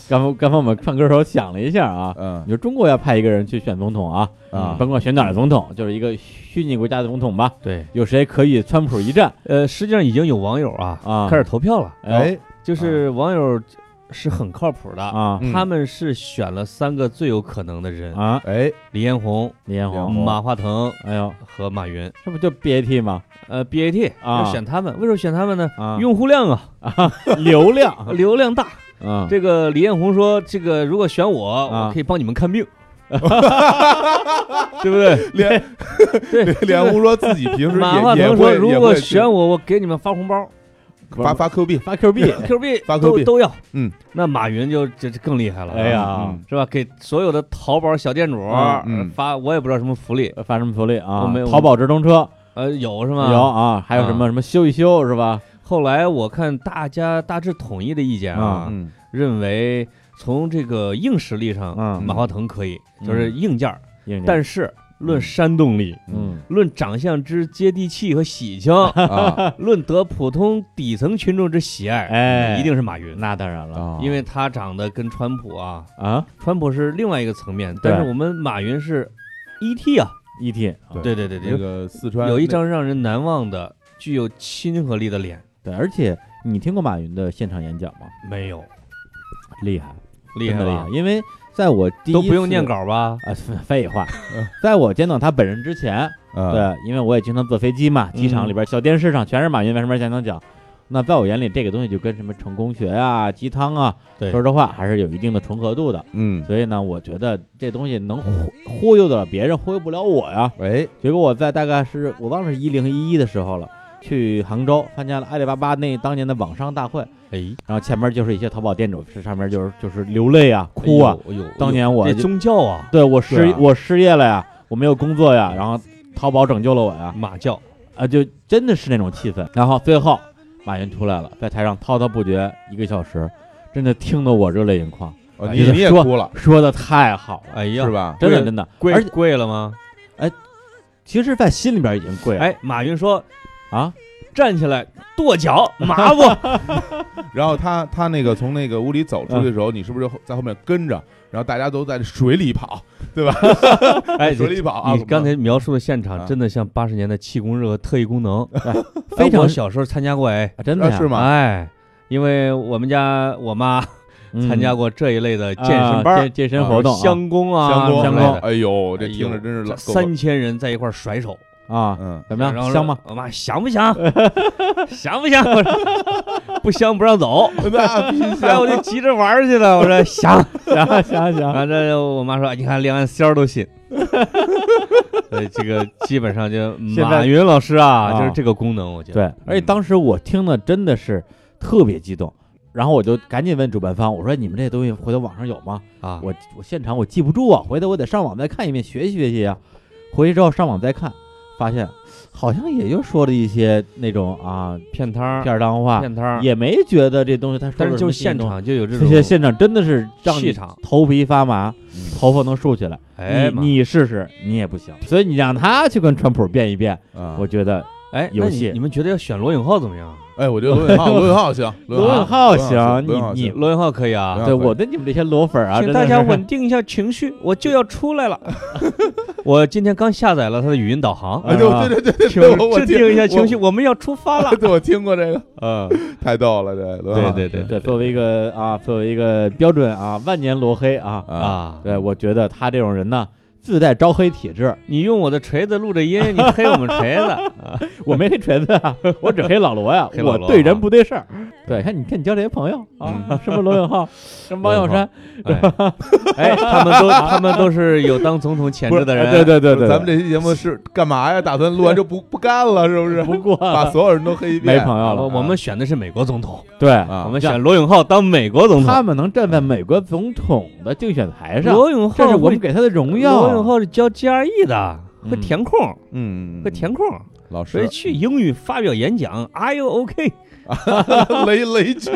S1: 刚才刚才我们唱歌的时候想了一下啊，
S2: 嗯
S1: 你说中国要派一个人去选总统啊，
S2: 啊
S1: 甭管选哪儿的总统，就是一个虚拟国家的总统吧，
S3: 对，
S1: 有谁可以川普一战？
S3: 呃，实际上已经有网友啊
S1: 啊
S3: 开始投票了，
S1: 哎呦
S2: 哎
S3: 就是网友是很靠谱的，
S1: 啊
S2: 嗯
S3: 他们是选了三个最有可能的人：
S1: 啊，
S2: 哎，
S3: 李嗯彦宏、
S1: 李彦宏，
S2: 宏
S3: 马化腾
S1: 哎呦，
S3: 和马云。
S1: 这不就 BAT 吗？
S3: 呃，BAT
S1: 啊
S3: 要选他们，为什么选他们呢？
S1: 啊，
S3: 用户量啊，
S1: 流
S3: [laughs]
S1: 量，
S3: 流量大。
S2: 啊
S1: 嗯，
S3: 这个李彦宏说：“这个如果选我，
S1: 啊
S3: 我可以帮你们
S2: [laughs]
S3: 看病，对不对？
S2: 连
S3: 对，
S2: 连
S3: 这
S2: 连
S3: 个
S2: 吴说自己平时
S3: 马化
S2: 也也
S3: 腾说，
S2: 会
S3: 如
S2: 也
S3: 果
S2: 会去
S3: 选我，我给你们发
S2: [laughs]
S3: 红包
S2: 发发 Q 币，
S1: 发 Q
S3: [laughs]
S1: 币，
S3: ，Q 币
S2: 发 Q
S3: 都
S2: 币
S3: 都要。
S2: 嗯，
S3: 那马云就这这更厉害了，啊
S1: 哎呀
S2: 嗯，
S3: 是吧？给所有的淘宝小店主
S1: 嗯
S2: 嗯
S3: 发，我也不知道什么福利，
S1: 发什么福利啊
S3: 我没有？
S1: 淘宝直通车
S3: 呃，有是
S1: 有
S3: 吗？。
S1: 啊，还有什么什么修一修是吧？
S3: 后来我看大家大致统一的意见
S1: 啊
S3: 啊，
S2: 嗯
S3: 认为从这个硬实力上，
S1: 嗯
S3: 马化腾可以，
S1: 嗯
S3: 就是硬件儿，
S2: 嗯
S1: 硬件
S3: 但是论煽动力，
S1: 嗯
S3: 论长相之接地气和
S1: [laughs]
S3: 喜庆， [laughs]
S2: 啊
S3: 论得普通底层群众之喜爱，
S1: 哎
S3: 一定是马云，
S1: 那当然了
S2: 啊，
S3: 因为他长得跟川普啊，
S1: 啊
S3: 川普是另外一个层面，
S1: 对
S3: 但是我们马云是 ET 啊，
S1: ，ET 啊
S2: 对
S3: 对对对
S2: 那
S3: 对，
S2: 个四川
S3: 有一
S2: 那
S3: 张让人难忘的、具有亲和力的脸，
S1: 对，而且你听过马云的现场演讲吗？
S3: 没有，
S1: 厉害，
S3: 厉
S1: 真
S3: 害
S1: 的厉
S3: 吧
S1: 害，？因为在我第一
S3: 都不用
S1: 次
S3: 念稿吧？
S1: 啊， [laughs] 废
S3: [laughs]
S1: 话，在我见到他本人之前，
S2: 啊
S1: 对，因为我也经常坐飞机
S3: 嗯
S1: 嘛，机场里边小电视上全是马云为什么现场讲。那在我眼里，这个东西就跟什么成功学啊、鸡汤啊，
S3: 对
S1: 说实话还是有一定的重合度的。
S2: 嗯
S1: 所以呢，我觉得这东西能忽忽悠得了别人，忽悠不了我呀。
S2: 哎
S1: 结果我在大概是我忘了是一零一一的时候了，去杭州参加了阿里巴巴那当年的网商大会，
S3: 哎，
S1: 然后前面就是一些淘宝店主，这上面就是就是流泪啊、哭啊。
S3: 哎呦，哎呦，
S1: 当年我
S3: 这
S1: 就
S3: 宗教啊，
S1: [laughs] 对我失、
S2: 对啊
S1: 我失业了呀，我没有工作呀，然后淘宝拯救了我呀，
S3: 马教，
S1: 啊，就真的是那种气氛。然后最后马云出来了，在台上滔滔不绝一个小时，真的听得我热泪盈眶，
S2: 哦
S1: 哎
S2: 你
S1: 呀
S2: 你也
S1: 说
S2: 哭了
S1: 说的太好了，
S3: 哎呀
S2: 是，吧？
S1: 真的
S3: 跪
S1: 真的。而
S3: 跪
S1: 且
S3: 跪了吗？
S1: 其实，在心里边已经跪了、
S3: 哎，马云说
S1: 啊，
S3: 站起来跺脚，
S1: [laughs]
S3: 麻不？
S2: 然后他他那个从那个屋里走出去
S3: 嗯
S2: 的时候，你是不是就在后面跟着？然后大家都在水里跑，
S3: 哎，
S2: 水里跑啊！
S3: 你刚才描述的现
S2: 啊
S3: 场真的像八十年代气功热和特异功能，
S1: 非
S3: 哎我
S1: 常
S3: 小时候参加过哎，
S1: 啊真的
S2: 啊
S1: 呀
S2: 是吗？
S3: 哎，因为我们家我妈
S1: 嗯
S3: 参加过这一类的健身班
S1: 啊
S3: 儿、
S1: 健健身活动啊
S3: 相公啊、
S2: 相公
S1: 相
S3: 之
S1: 公
S3: 类的
S2: 哎呦，
S3: 哎
S2: 这
S3: 呦
S2: 听着真是老够
S3: 三千人在一块儿甩手，
S1: 啊，
S2: 嗯
S1: 怎么
S3: 然后
S1: 样，
S3: 说
S1: 香
S3: [laughs]
S1: 吗？？
S3: 我妈想不想？想不想？我说 [laughs] 不香不让走。
S2: 那必须
S3: 哎，我就急着玩儿去了。我说 [laughs] 想，
S1: 行行行，
S3: [laughs] 反正我妈说，你看连俺仙儿都
S1: [laughs]
S3: 信。所以这个基本上就
S1: 现在
S3: 马云老师啊，
S1: 啊
S3: 就是这个功能，我觉得。
S1: 对，而且当时我听的真的是特别激动。然后我就赶紧问主办方，我说：“你们这东西回头网上有吗？
S3: 对啊，
S1: 我我现场我记不住啊，回头我得上网再看一遍，学习学习啊。回去之后上网再看，发现好像也就说了一些那种啊
S3: 骗摊儿，
S1: 片儿脏话，
S3: 骗摊儿，
S1: 也没觉得这东西他说
S3: 但
S1: 的
S3: 是
S1: 什
S3: 就
S1: 么
S3: 是现
S1: 新东西，
S3: 场就有这
S1: 这些
S3: 种
S1: 现场真的是让
S3: 气
S1: 你
S3: 场。嗯
S1: 头皮发麻，头发能竖起来。
S3: 哎
S1: 你
S3: 妈，
S1: 你试试，你也不行。所以你让他去跟川普辩一辩，
S2: 啊
S1: 我！觉得
S3: 哎，
S1: 有
S3: 那你
S1: 戏
S3: 你们觉得要选罗永浩怎么样？
S2: 哎，我觉得罗永
S3: [laughs]
S2: 浩，罗永浩行，
S1: 罗永
S2: 永
S1: 浩
S2: 浩
S1: 行，
S2: 罗永浩
S1: 你你
S2: 行
S3: 罗永浩可以啊
S2: 罗，
S1: 对
S2: 永浩
S1: 我对你们这些裸粉啊，
S3: 请
S1: 真
S3: 大
S1: 的
S3: 家
S1: 是
S3: 稳定一下情绪，我就要出来了。我今天刚下载了他的语音
S1: [laughs]
S3: 导航，
S2: 哎，对对对对
S3: 请
S2: 对，我我
S3: 制定一下
S2: 我
S3: 情绪，我们要出发了。
S2: [laughs] 对，我听过这个，
S3: 嗯，
S2: 太逗了，这罗永
S3: 对
S2: 浩
S3: 对
S1: [laughs]
S3: 对
S1: 对，作为一个啊，作为一个标准啊，万年罗黑啊，
S2: 啊
S3: 啊，
S1: 对，我觉得他这种人呢，自带招黑体质。
S3: 你用我的锤子录着音，你黑我们锤子，
S1: 我没黑锤子啊， [laughs] 我只黑老罗呀、
S3: [laughs] 黑老
S1: 我
S3: 罗
S1: 对
S3: 啊嗯
S1: 人不对事儿。对，看你看你交这些朋友啊， [laughs] 什么罗永
S3: [laughs]
S1: 浩，什么王小山，
S3: 哎，哎他们都他们都是有当总统潜质的人，
S1: 哎对对对对，
S2: 咱们这期节目是干嘛呀？打算录完就不不干了，是不
S1: [laughs]
S2: 是？
S1: 不过
S2: 把所有人都黑一
S1: 没
S2: 遍。
S1: 朋友
S3: 我
S1: 了。
S3: 我们选的是美国总统，
S1: 对，
S2: 啊，
S3: 我们选罗永浩当美国总
S1: 他
S3: 统。
S1: 们能站在美国总统的竞选台上，
S3: 罗永浩
S1: 这是我
S3: 会
S1: 们给他的荣耀。啊
S3: 罗永浩是教 GRE 的，会
S1: 嗯
S3: 填空，
S2: 嗯，
S3: 会填空，
S2: 老
S3: 所以
S2: 师
S3: 去英语发表演讲，Are you OK？
S2: 雷 [laughs] 雷军，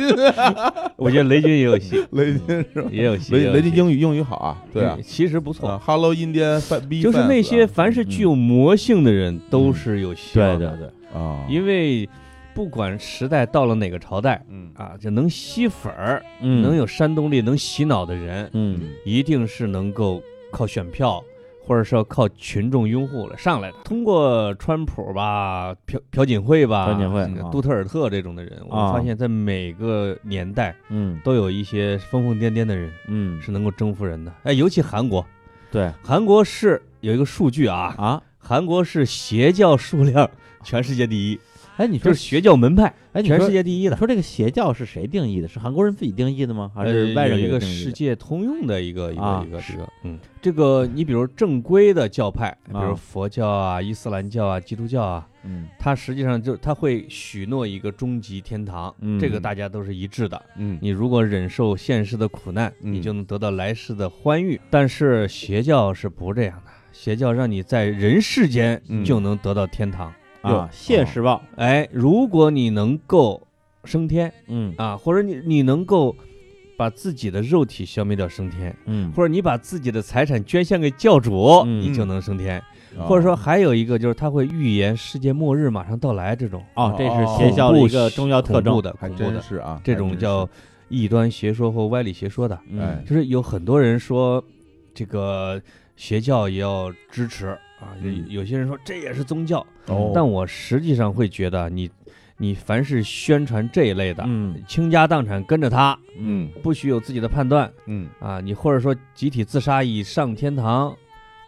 S3: [laughs] 我觉得雷军也有戏，
S2: 雷军是吧？
S3: 也有戏，也
S2: 雷
S3: 有
S2: 雷军
S3: 戏
S2: 英语英语好啊，对啊
S3: 嗯，其实不
S2: 啊
S3: 错。
S2: ，Hello Indian fan- B
S3: 就是那
S2: fans
S3: 些
S2: 啊
S3: 凡是具有魔性的人，都是有希
S1: 对
S3: 望
S1: 对
S3: 的，
S1: 对，
S2: 啊，
S3: 因为不管时代到了哪个朝代
S2: 嗯
S3: 啊，就能吸粉儿、
S1: 嗯，
S3: 能有煽动力、能洗脑的人，
S1: 嗯，
S3: 一定是能够靠选票，或者是要靠群众拥护了上来的。通过川普吧、朴朴槿惠吧、
S1: 朴槿惠
S3: 这个
S1: 啊
S3: 杜特尔特这种的人，我
S1: 啊
S3: 们发现在每个年代
S1: 嗯
S3: 都有一些疯疯癫癫的人
S1: 嗯
S3: 是能够征服人的。哎，尤其韩国，
S1: 对
S3: 韩国是有一个数据啊，
S1: 啊。
S3: 韩国是邪教数量 [laughs] 全世界第一，
S1: 哎，你
S3: 就
S1: 说
S3: 是，邪教门派
S1: 哎，你
S3: 全世
S1: 说，
S3: 界第一
S1: 你
S3: 的。
S1: 说这个邪教是谁定义的？是韩国人自己定义的吗？还是外
S3: 呃有
S1: 人
S3: 一
S1: 给
S3: 个
S1: 定义
S3: 世
S1: 的？
S3: 界通用的一个一
S1: 啊
S3: 个一个
S1: 是
S3: 这个，嗯，这个你比如正规的教派，比
S1: 啊
S3: 如佛教啊、伊斯兰教啊、基督教啊，
S1: 嗯
S3: 它实际上就它会许诺一个终极天堂，
S1: 嗯
S3: 这个大家都是一致的。
S2: 嗯
S3: 你如果忍受现世的苦难，
S2: 嗯
S3: 你就能得到来世的欢愉。但是邪教是不这样的，邪教让你在人世间
S2: 嗯
S3: 就能得到天堂。
S1: 啊
S2: 哟，
S1: 现世报，
S3: 哎，如果你能够升天
S1: 嗯
S3: 啊，或者你你能够把自己的肉体消灭掉升天。
S1: 嗯，
S3: 或者你把自己的财产捐献给教主，
S1: 嗯
S3: 你就能升天。
S2: 啊
S3: 或者说还有一个就是他会预言世界末日马上到来这种
S1: 哦，这是
S2: 哦
S1: 邪教的一个
S3: 恐怖
S1: 重要特
S3: 恐怖
S1: 征。
S3: 的
S2: 还
S3: 恐怖
S2: 真
S3: 的
S2: 是啊，
S3: 这
S2: 还
S3: 种
S2: 真
S3: 叫异端邪说或歪理邪说的，
S1: 嗯
S2: 哎
S3: 就是有很多人说这个邪教也要支持啊，有
S2: 嗯
S3: 有些人说这也是宗教，
S2: 是哦，
S3: 但我实际上会觉得你你凡是宣传这一类的，
S1: 嗯
S3: 倾家荡产跟着他，
S2: 嗯
S3: 不许有自己的判断。
S2: 嗯
S3: 啊，你或者说集体自杀以上天堂，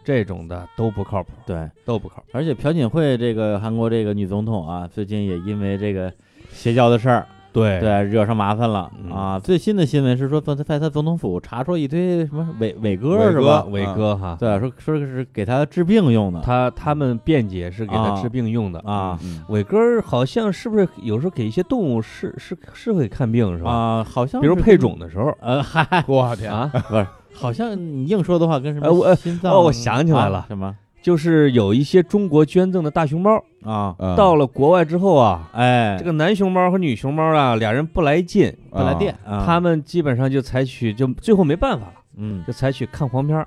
S3: 这种的都不靠谱，
S1: 对，
S3: 都不靠谱。
S1: 而且朴槿惠这个韩国这个女总统啊，最近也因为这个邪教的事儿，
S3: 对
S1: 对，惹上麻烦了
S3: 嗯
S1: 啊。最新的新闻是说，在在他总统府查出一堆什么伟伟哥
S2: 伟
S1: 是
S2: 哥
S1: 吧？
S3: 伟
S2: 啊
S3: 哥哈，
S1: 对，说说是给他治病用的
S3: 他他们辩解是给他
S1: 啊
S3: 治病用的。
S1: 啊
S2: 嗯
S3: 伟哥儿好像是不是有时候给一些动物是是是会看病是吧？
S1: 啊，好像
S3: 比如
S1: 是
S3: 配
S1: 跟
S3: 种的时候
S1: 呃，嗨，
S2: 我天，
S3: 啊，
S1: 好像你硬说的话跟什
S3: 哎我
S1: 么心脏
S3: 哦我想起来
S1: 啊
S3: 了
S1: 什么
S3: 就是有一些中国捐赠的大熊猫，
S1: 啊？
S2: 啊
S3: 到了国外之后啊，
S1: 哎，
S3: 这个男熊猫和女熊猫啊，俩人不来劲，
S1: 不来电，啊
S3: 他们基本上就采取就最后没办法了，
S1: 嗯，
S3: 就采取看黄片儿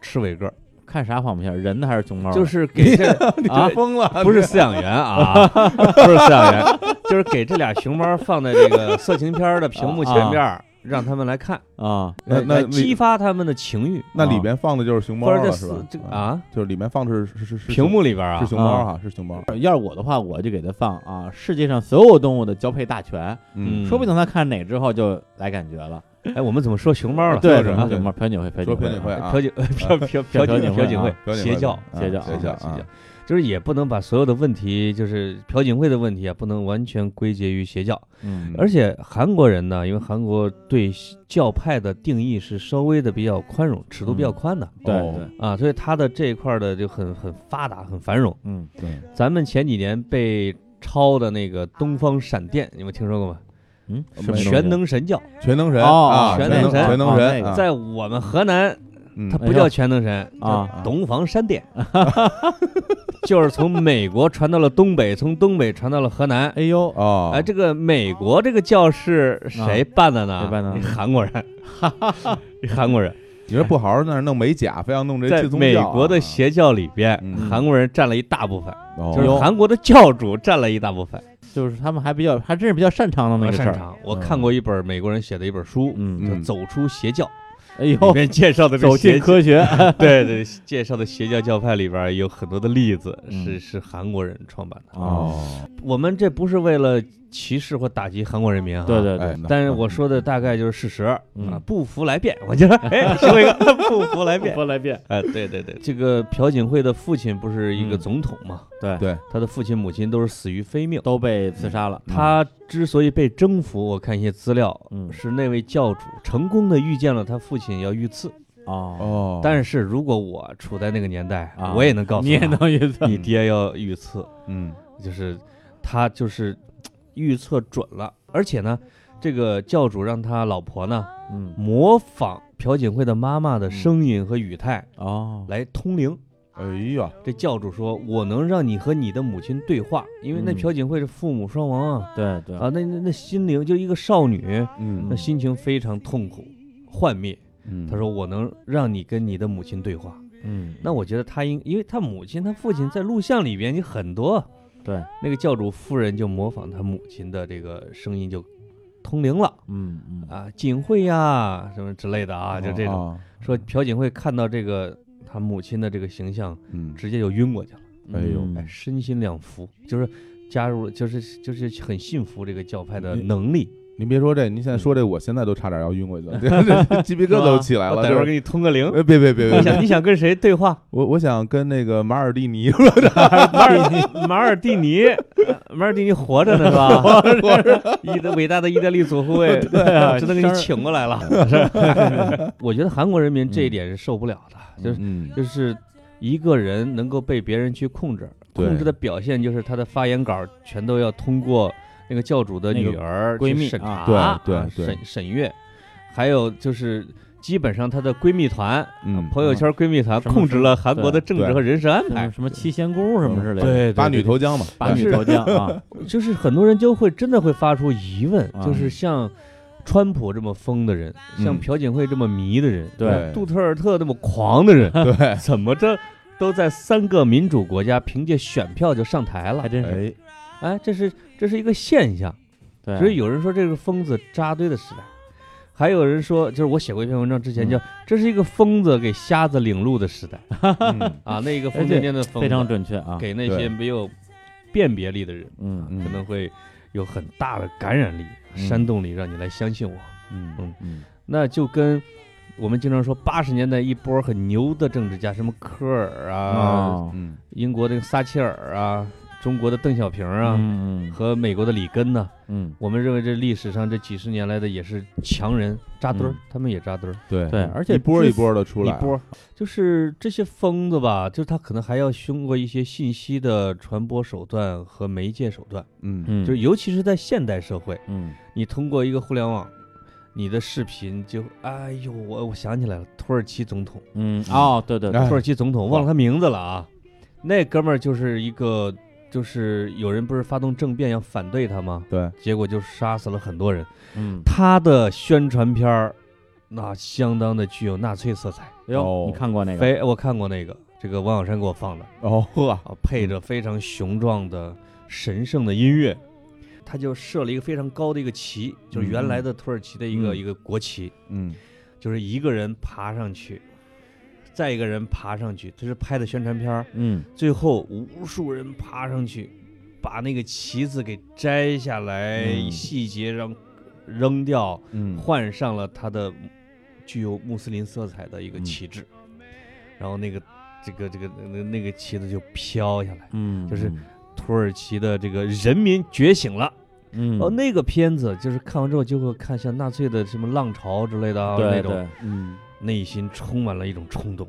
S3: 吃伟哥儿。
S1: 看啥黄片？人的还是熊猫的？
S3: 就是
S2: [laughs]
S3: 给这
S2: 哦啊
S3: 啊，
S2: 疯了，
S3: 不是饲养员
S2: [laughs]
S3: 啊，不是饲养员，就是给这俩熊猫放在这个色情片儿的屏幕前边儿，让他们来看，
S1: 啊，
S2: 啊那那
S3: 来
S2: 里
S3: 激发他们的情欲，
S2: 那里
S1: 啊
S2: 边放的就是熊猫
S3: 或者
S2: 了
S3: 在
S2: 是吧
S3: 死这？个
S2: 啊，
S3: 啊
S2: 就是里面放的是是是是
S3: 屏幕里边儿
S2: 是
S3: 啊，
S2: 熊猫哈，是熊猫，
S1: 要是我的话，我就给他放啊，世界上所有动物的交配大全，
S3: 嗯
S1: 说不定他看哪之后就来感觉了。
S3: 哎，我们怎么说熊猫了？
S1: 对，
S2: 就是
S1: 什么
S2: 对
S1: 什么朴槿惠，朴
S2: 说
S1: 槿
S2: 朴
S1: 惠
S2: 槿惠
S1: 啊，
S2: 啊，
S3: 朴槿呃朴朴 [laughs] 朴
S1: 朴槿
S3: 槿
S1: 惠
S3: 惠朴槿
S1: 啊
S3: 惠邪教。
S1: 邪教
S2: 邪
S1: 啊
S2: 教
S3: 邪
S2: 啊
S3: 教，就是也不能把所有的问题，就是朴槿惠的问题啊，不能完全归结于邪教。
S1: 嗯
S3: 而且韩国人呢，因为韩国对教派的定义是稍微的比较宽容，尺度比较宽的，
S1: 嗯对
S2: 哦
S1: 对，
S3: 啊，所以它的这一块儿的就很很发达，很繁荣。
S1: 嗯，
S2: 对，
S3: 咱们前几年被抄的那个东方闪电，你们听说过吗？
S1: 嗯，
S2: 什
S1: 什么
S2: 没么
S3: 全能神教，
S2: 全能神
S1: 哦
S2: 啊，
S3: 全
S2: 能
S3: 能神
S2: 全能
S1: 哦那
S2: 神
S1: 个
S2: 啊，
S3: 在我们河南，
S2: 嗯
S3: 它不叫全能神，
S1: 哎啊
S3: 叫东方
S1: [laughs]
S3: 闪电，就是从美国传到了东北，从东北传到了
S1: [laughs]
S3: 河南。
S1: 哎呦，
S2: 哦，
S3: 哎，这个美国这个教是谁办的呢？
S1: 啊谁办的呢
S3: 韩国人，
S1: [laughs]
S3: 韩国人。
S2: 你说不好好在那儿弄美甲，非要弄这
S3: 在
S2: 去宗
S3: 美
S2: 教啊
S3: 国的邪教里边，
S2: 嗯
S3: 韩国人占了一大部分，
S2: 哦
S3: 就是
S1: 哟
S3: 韩国的教主占了一大部分。
S1: 就是他们还比较，还真是比较擅长弄那
S3: 我
S1: 个事
S3: 擅
S1: 儿。
S3: 长，我看过一本美国人写的一本书，
S1: 嗯，
S3: 叫
S2: 嗯
S3: 《走出邪教
S1: 哎呦》，
S3: 里，面介绍的这
S1: 走
S3: 邪
S1: 进科学，[laughs]
S3: [laughs]
S1: 啊
S3: 对对，介绍的邪教教派里边有很多的例子
S1: 嗯
S3: 是是韩国人创办的。
S1: 哦，
S2: 哦，
S3: 我们这不是为了歧视或打击韩国人民啊。
S1: 对对对，
S2: 哎，那
S3: 但是我说的大概就是事实
S1: 嗯
S3: 啊，不服来辩，我觉得哎，
S1: [laughs]
S3: 说一个不服来辩。
S1: 说来辩，
S3: 哎，对对对，这个朴槿惠的父亲不是一个
S1: 嗯
S3: 总统嘛，
S1: 对
S2: 对
S3: 他的父亲母亲都是死于非命。
S1: 都被刺杀了，
S3: 他之所以被征服，我看一些资料，
S1: 嗯
S3: 是那位教主成功的预见了他父亲要遇刺。
S1: 哦，
S2: 哦，
S3: 但是如果我处在那个年代，
S1: 啊
S3: 我也能告诉他
S1: 你也能 [laughs] 预测，
S3: 你爹要遇刺，
S2: 嗯
S3: 就是他就是嘖预测准了，而且呢，这个教主让他老婆呢
S1: 嗯，
S3: 模仿朴槿惠的妈妈的声音和语态
S1: 哦，
S3: 来通灵。
S2: 哎呀，
S3: 这教主说：“我能让你和你的母亲对话，因为那
S1: 嗯
S3: 朴槿惠是父母双亡啊，
S1: 对对
S3: 啊，那那那心灵就一个少女，那
S2: 嗯
S1: 嗯
S3: 心情非常痛苦、幻灭。
S2: 嗯，
S3: 他说：“我能让你跟你的母亲对话。”
S1: 嗯，
S3: 那我觉得他应，因为他母亲、他父亲在录像里边有很多，
S1: 对，
S3: 那个教主夫人就模仿他母亲的这个声音就通灵了
S1: 嗯嗯
S3: 啊，槿惠呀什么之类的啊，就这种。
S2: 哦，
S3: 说朴槿惠看到这个他母亲的这个形象，
S2: 嗯，
S3: 直接就晕过去了，
S2: 哎呦
S1: 嗯
S3: 哎，身心两服，就是加入了，就是就是很信服这个教派的能力。
S2: 您别说这，您现
S3: 嗯
S2: 在说这，我现在都差点要晕过去
S3: [laughs]
S2: 了，这鸡皮疙瘩都起来
S3: 我
S2: 了。
S3: 等会儿
S2: 这
S3: 给你通个灵。
S2: 哎，别别别
S3: 你
S2: 别
S3: 想
S2: 别，
S3: 你想跟谁对话？
S2: 我我想跟那个马尔蒂尼，
S3: 马尔马尔蒂尼，马尔蒂尼活着呢是 [laughs] 吧？意大伟大的意大利左 [laughs] 后卫，
S1: 啊
S3: 只能
S1: 声
S3: 给你
S1: 儿
S3: 请过 [laughs] 来了。 [laughs] 我觉得韩国人民这一点是受不了的，就是
S2: 嗯，
S3: 就是一个人能够被别人去控制，
S2: 对
S3: 控制的表现就是他的发言稿全都要通过那个教主的女儿
S1: 那个闺蜜
S3: 去审查，
S2: 啊对对
S3: 啊
S2: 对
S3: 审审阅，还有就是基本上她的闺蜜团、
S2: [laughs] 嗯
S3: 朋友圈闺蜜团
S1: 什么
S3: 控制了韩国的政治
S2: 对
S3: 和人事安
S1: 什么
S3: 排，
S1: 嗯什么七仙姑什么之类的，
S3: 哎嗯对，
S2: 八女投江嘛，
S1: 八女
S3: 是
S1: 投江
S3: [laughs]
S1: 啊，
S3: 就是很多人就会真的会发出疑问，
S1: 啊
S3: 就是像。川普这么疯的人，
S2: 嗯
S3: 像朴槿惠这么迷的人，
S1: 对
S3: 杜特尔特这么狂的人，
S2: [laughs] 对，
S3: 怎么这都在三个民主国家凭借选票就上台
S1: 还
S3: 了？
S1: 真是，
S2: 哎，
S3: 哎，这是这是一个现象，
S1: 对，啊
S3: 所以有人说这是疯子扎堆的时代，还有人说就是我写过一篇文章之前叫、这是一个疯子给瞎子领路的
S2: [laughs]
S3: 时代
S2: 嗯
S3: 啊，那个
S1: 哎
S3: 疯
S1: 对
S3: 癫癫的疯子
S1: 非常准确啊，
S3: 给那些
S2: 对
S3: 没有辨别力的人啊
S1: 嗯
S2: 嗯
S3: 可能会有很大的感染力、
S2: 嗯
S3: 煽动力，让你来相信我。
S2: 嗯
S1: 嗯
S3: 那就跟我们经常说八十年代一波很牛的政治家，什么科尔啊、
S1: 哦
S3: [laughs]
S2: 嗯
S3: 英国的撒切尔啊，中国的邓小平啊，
S1: 嗯嗯
S3: 和美国的里根呢、
S1: 嗯，
S3: 我们认为这历史上这几十年来的也是强人扎堆儿、
S1: 嗯
S3: 他们也扎堆儿，
S2: 对
S1: 对，而且
S2: 嗯一波
S1: 之
S2: 一波的出
S3: 一
S2: 来，
S3: 波儿。就是这些疯子吧，就是他可能还要通过一些信息的传播手段和媒介手段，
S2: 嗯
S1: 嗯
S3: 就是尤其是在现代社会，
S1: 嗯
S3: 你通过一个互联网。你的视频就，哎呦，我我想起来了，土耳其总统，
S1: 嗯哦，对对对，
S2: 哎
S3: 土耳其总统忘了他名字了啊，那哥们儿就是一个，就是有人不是发动政变要反对他吗？
S2: 对，
S3: 结果就杀死了很多人。
S1: 嗯，
S3: 他的宣传片儿，那相当的具有纳粹色彩。
S1: 哎呦
S2: 哦，
S1: 你看过那个？
S3: 非我看过那个，这个王小山给我放的
S2: 哦呵，
S3: 啊，配着非常雄壮的神圣的音乐，他就设了一个非常高的一个旗，就是原来的土耳其的一个、
S1: 嗯
S3: 一个国旗，
S2: 嗯
S3: 就是一个人爬上去，再一个人爬上去，这是拍的宣传片儿。
S1: 嗯
S3: 最后无数人爬上去，把那个旗子给摘下来，
S1: 嗯
S3: 细节让扔掉，
S2: 嗯，
S3: 换上了它的具有穆斯林色彩的一个
S1: 嗯
S3: 旗帜，然后那个这个这个那那个旗子就飘下来。
S1: 嗯，
S3: 就是土耳其的这个人民觉醒了，
S1: 嗯
S3: 哦，那个片子就是看完之后就会看像纳粹的什么浪潮之类的啊，
S1: 对
S3: 那种
S1: 对，
S2: 嗯
S3: 内心充满了一种冲动，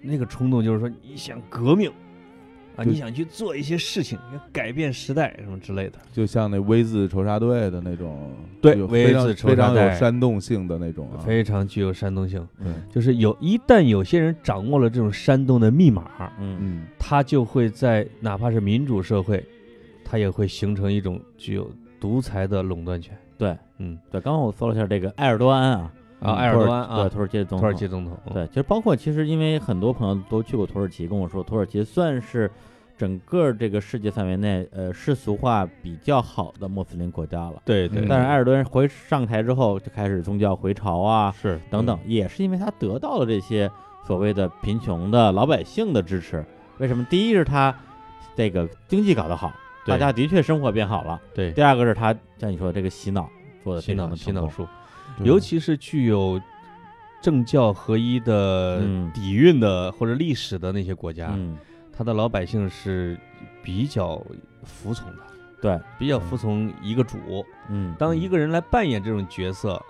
S3: 那个冲动就是说你想革命啊，
S2: 对
S3: 你想去做一些事情，要改变时代什么之类的。
S2: 就像那 V 字仇杀队的那种，
S3: 对
S2: 有
S3: V
S2: 非常
S3: 字仇
S2: 非
S3: 杀
S2: 常有
S3: 队
S2: 煽动性的那种啊，
S3: 非常具有煽动性，
S1: 嗯
S3: 就是有一旦有些人掌握了这种煽动的密码，
S1: 嗯
S2: 嗯
S3: 他就会在哪怕是民主社会，他也会形成一种具有独裁的垄断权。
S1: 对，
S3: 嗯
S1: 对，刚刚我搜了一下这个埃尔多安啊，
S3: 啊，
S1: 嗯
S3: 埃尔多安
S1: 对
S3: 啊，
S1: 土耳其的总
S3: 土
S1: 统
S3: 耳其总统，
S1: 对，其实包括其实因为很多朋友都去过土耳其，跟我说土耳其算是整个这个世界范围内呃世俗化比较好的穆斯林国家了。
S3: 对
S2: 对嗯
S1: 但是埃尔多安回上台之后，就开始宗教回潮啊
S3: 是
S1: 等等，也是因为他得到了这些所谓的贫穷的老百姓的支持。为什么？第一是他这个经济搞得好，
S3: 对
S1: 大家的确生活变好了。
S3: 对
S1: 第二个是他像你说这个洗脑做的
S3: 洗
S1: 非常
S3: 脑
S1: 的
S3: 洗
S1: 成
S3: 脑
S1: 功，
S3: 术，
S2: 对
S3: 尤其是具有政教合一的
S1: 嗯
S3: 底蕴的或者历史的那些国家，
S1: 嗯，
S3: 他的老百姓是比较服从的，
S1: 对，
S3: 比较服从一个主。
S1: 嗯，
S3: 当一
S1: 嗯
S3: 个人来扮演这种角色，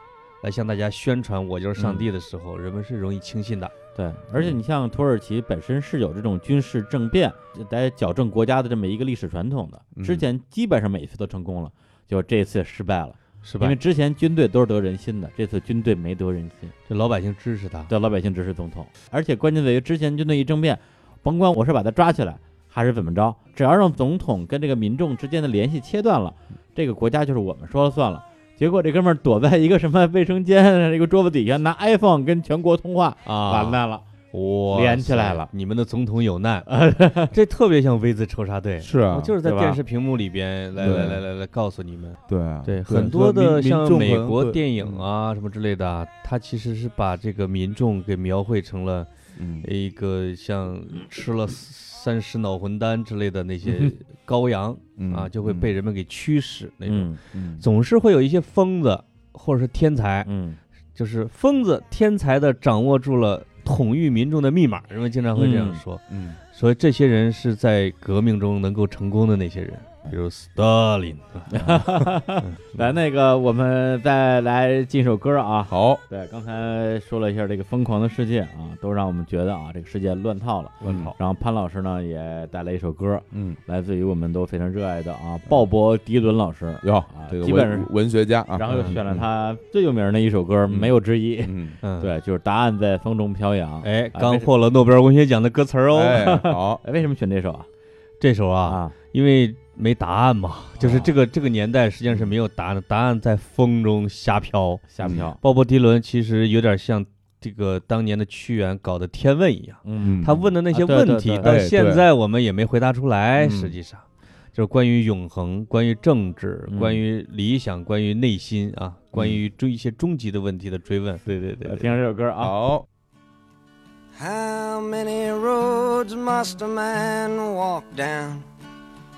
S3: 来向大家宣传我就是上帝的时候，人们是容易轻信的。
S1: 对，而且你像土耳其本身是有这种军事政变来矫正国家的这么一个历史传统的，之
S2: 嗯
S1: 前基本上每一次都成功了，就这次失败了，
S3: 是
S1: 因
S3: 吧
S1: 为？之前军队都是得人心的，这次军队没得人心，
S3: 这老百姓支持他，
S1: 对老百姓支持总统，而且关键在于之前军队一政变，甭管我是把他抓起来还是怎么着，只要让总统跟这个民众之间的联系切断了，这个国家就是我们说了算了。结果这哥们儿躲在一个什么卫生间、一个桌子底下，拿 iPhone 跟全国通话，
S3: 啊，
S1: 完，蛋了。
S3: 哇，
S1: 连起来了。
S3: 你们的总统有难，这特别像 V 字仇杀队。
S2: 是啊
S3: 我，就是在
S1: 对吧
S3: 电视屏幕里边来
S2: 对
S3: 来来来来告诉你们，
S2: 对啊
S3: 对很多的像美国电，
S2: 所以民
S3: 影
S2: 民众可能
S3: 啊什么之类的啊，它其实是把这个民众给描绘成了
S2: 对嗯，
S3: 一个像吃了三十脑魂丹之类的那些羔羊
S2: 嗯
S3: 啊，就会被，人们给驱使那种。
S1: 嗯
S2: 嗯嗯
S3: 总是会有一些疯子或者是天才，
S1: 嗯，
S3: 就是疯子天才的掌握住了统御民众的密码，人们经常会这样
S1: 嗯
S3: 说。
S2: 嗯，
S3: 所以这些人是在革命中能够成功的那些人，比如斯大林。
S1: 来那个我们再来进一首歌啊。
S2: 好，
S1: 对，刚才说了一下这个疯狂的世界啊，都让我们觉得啊这个世界乱套了。
S2: 乱套，
S1: 然后潘老师呢也带来一首歌，
S2: 嗯，
S1: 来自于我们都非常热爱的啊鲍勃迪伦老师，
S2: 哟
S1: 啊，
S2: 这个
S1: 基
S2: 文
S1: 本上
S2: 文学家啊，
S1: 然后又
S2: 嗯
S1: 选了，他最有名的一首歌，没有之一。
S2: 嗯，
S3: [laughs] 嗯，。
S1: 对，就是答案在风中飘扬。
S3: 哎，
S1: 啊
S3: 刚获了诺贝尔文学奖的歌词儿哦。
S2: 哎，好，
S1: 哎为什么选这首啊？
S3: 这首啊，
S1: 啊，
S3: 因为没答案嘛，就是这个这个年代实际上是没有答案的，答案在风中瞎飘。
S1: 瞎飘。
S3: 鲍勃迪伦其实有点像这个当年的屈原搞的《天问》一样。
S1: 嗯，
S3: 他问的那些
S1: 啊对
S3: 问
S1: 对
S3: 题，
S1: 对
S3: 到
S2: 哎
S3: 现
S2: 对
S3: 在我们也没回答出来。
S2: 嗯
S3: 实际上，就是关于永恒、关于政治、
S1: 嗯
S3: 关于理想、关于内心啊，关于终一些终极的问题的追问。呃对对
S1: 来听，下这首歌啊。
S3: [laughs]
S2: 好，
S4: How many roads must a man walk down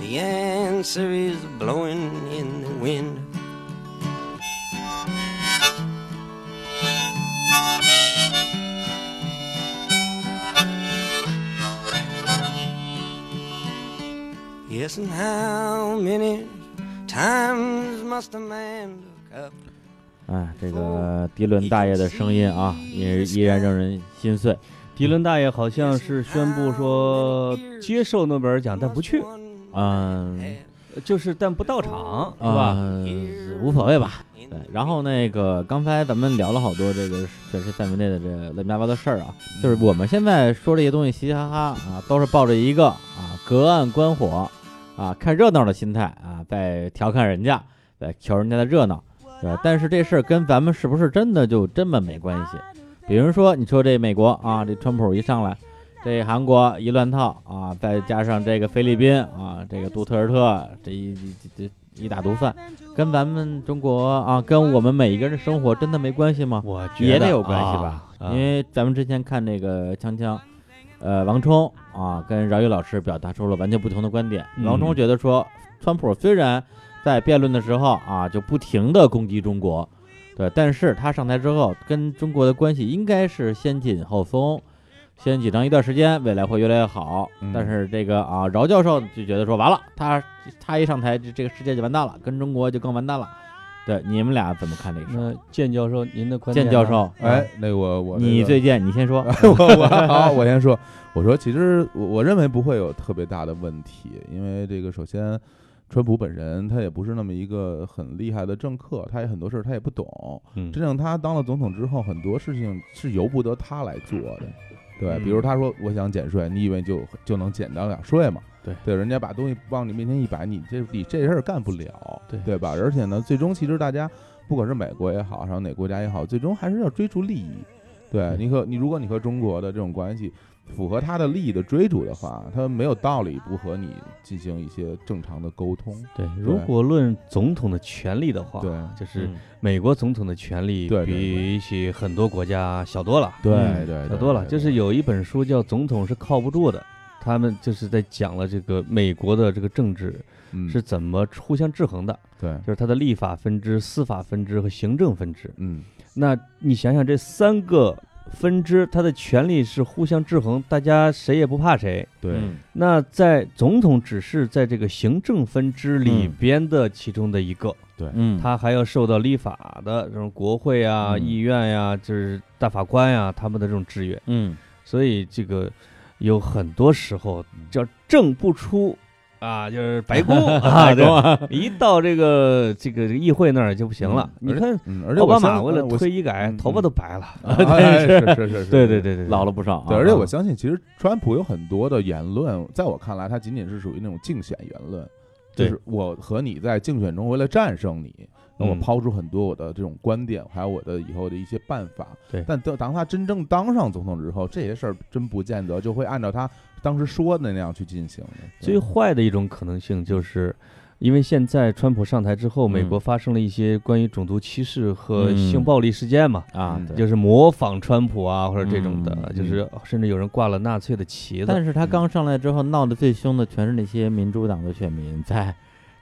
S4: The answer is blowing in the wind. Yes, and how many times must a man look up?
S1: 哎，这个迪伦大爷的声音啊，也依然让人心碎。
S3: 迪伦大爷好像是宣布说接受诺贝尔奖，啊但不去，
S1: 嗯，
S3: 就是但不到场，是
S4: 嗯
S1: 吧？
S3: 吧？
S1: 呃无所谓吧。对，然后那个刚才咱们聊了好多这个全世界范围内的这个乱七八糟的事儿啊，就是我们现在说这些东西嘻嘻哈哈啊，都是抱着一个啊隔岸观火啊看热闹的心态啊，在调侃人家，在瞧人家的热闹，对吧？但是这事儿跟咱们是不是真的就这么没关系？比如说，你说这美国啊，这川普一上来，这韩国一乱套啊，再加上这个菲律宾啊，这个杜特尔特这一这这一大毒贩，跟咱们中国啊，跟我们每一个人的生活真的没关系吗？
S3: 我觉
S1: 也得
S3: 得
S1: 有关系吧
S3: 啊，啊
S1: 因为咱们之前看那个《锵锵》，呃，王冲啊，跟饶毅老师表达出了完全不同的观点。
S3: 嗯
S1: 王冲觉得说，川普虽然在辩论的时候啊，就不停的攻击中国，对，但是他上台之后，跟中国的关系应该是先紧后松。先紧张一段时间，未来会越来越好。
S2: 嗯
S1: 但是这个啊，饶教授就觉得说，完了，他他一上台，这这个世界就完蛋了，跟中国就更完蛋了。对，你们俩怎么看这个事儿？
S3: 那建教授，您的观
S1: 建
S3: 点呢？
S1: 教授，
S2: 哎，那个我我这
S1: 你
S2: 个啊
S1: 最贱，你先说。
S2: [laughs] 我我好，我先说，我说其实我我认为不会有特别大的问题，因为这个首先，川普本人他也不是那么一个很厉害的政客，他也很多事儿他也不懂。
S3: 嗯，
S2: 真正他当了总统之后，很多事情是由不得他来做的。对，
S1: 嗯
S2: 比如他说我想减税，你以为就就能减得了税吗？
S3: 对
S2: 对，人家把东西往你面前一摆，你这你这事儿干不了，
S3: 对
S2: 对吧？而且呢，最终其实大家不管是美国也好，然后哪国家也好，最终还是要追逐利益。对
S3: 对
S2: 你和你，如果你和中国的这种关系符合他的利益的追逐的话，他没有道理不和你进行一些正常的沟通。
S3: 对，如果论总统的权利的话，
S2: 对
S3: 就是
S1: 嗯
S3: 美国总统的权利
S2: 对对
S3: 比起很多国家小多了，
S2: 对
S3: 嗯
S2: 对，
S3: 小
S2: 对
S3: 多了。
S2: 对
S3: 就是有一本书叫《总统是靠不住的》，他们就是在讲了这个美国的这个政治
S2: 嗯
S3: 是怎么互相制衡的，
S2: 对，
S3: 就是它的立法分支、司法分支和行政分支。
S2: 嗯
S3: 那你想想这三个分支，它的权力是互相制衡，大家谁也不怕谁。
S2: 对。
S1: 嗯
S3: 那在总统只是在这个行政分支里
S1: 嗯
S3: 边的其中的一个，
S1: 嗯，
S3: 他还要受到立法的这种国会啊、
S2: 嗯
S3: 议院呀、就是大法官呀、他们的这种制约。
S1: 嗯
S3: 所以这个有很多时候叫政不出啊，就是白宫啊，对，
S1: [laughs] 啊，
S3: 一到这个这个这个议会那儿就不行了。
S2: 嗯
S3: 你看
S2: 嗯，而且
S3: 奥
S2: 我
S3: 巴
S2: 相
S3: 马
S2: 信
S1: 呃
S3: 为了
S2: 我
S3: 推医改，
S2: 嗯
S3: 头发都白了。 [laughs]
S2: 啊，哎是是是是，
S3: 对对。对对，
S1: 老了不少啊。
S2: 对，而且我相信，其实川普有很多的言论，在我看来，他仅仅是属于那种竞选言论，就
S3: 对
S2: 是我和你在竞选中为了战胜你，那我
S3: 嗯
S2: 抛出很多我的这种观点，还有我的以后的一些办法。
S3: 对
S2: 但当当他真正当上总统之后，这些事儿真不见得就会按照他当时说的那样去进行的。
S1: 嗯
S3: 最
S2: 后，
S3: 坏的一种可能性就是。因为现在川普上台之后，美
S1: 嗯
S3: 国发生了一些关于种族歧视和
S1: 嗯
S3: 性暴力事件嘛，
S1: 啊，对
S3: 就是模仿川普啊，或者这种的，
S1: 嗯
S3: 就是甚至有人挂了纳粹的旗子。
S1: 但是他刚上来之后，闹得最凶的全是那些民主党的选民在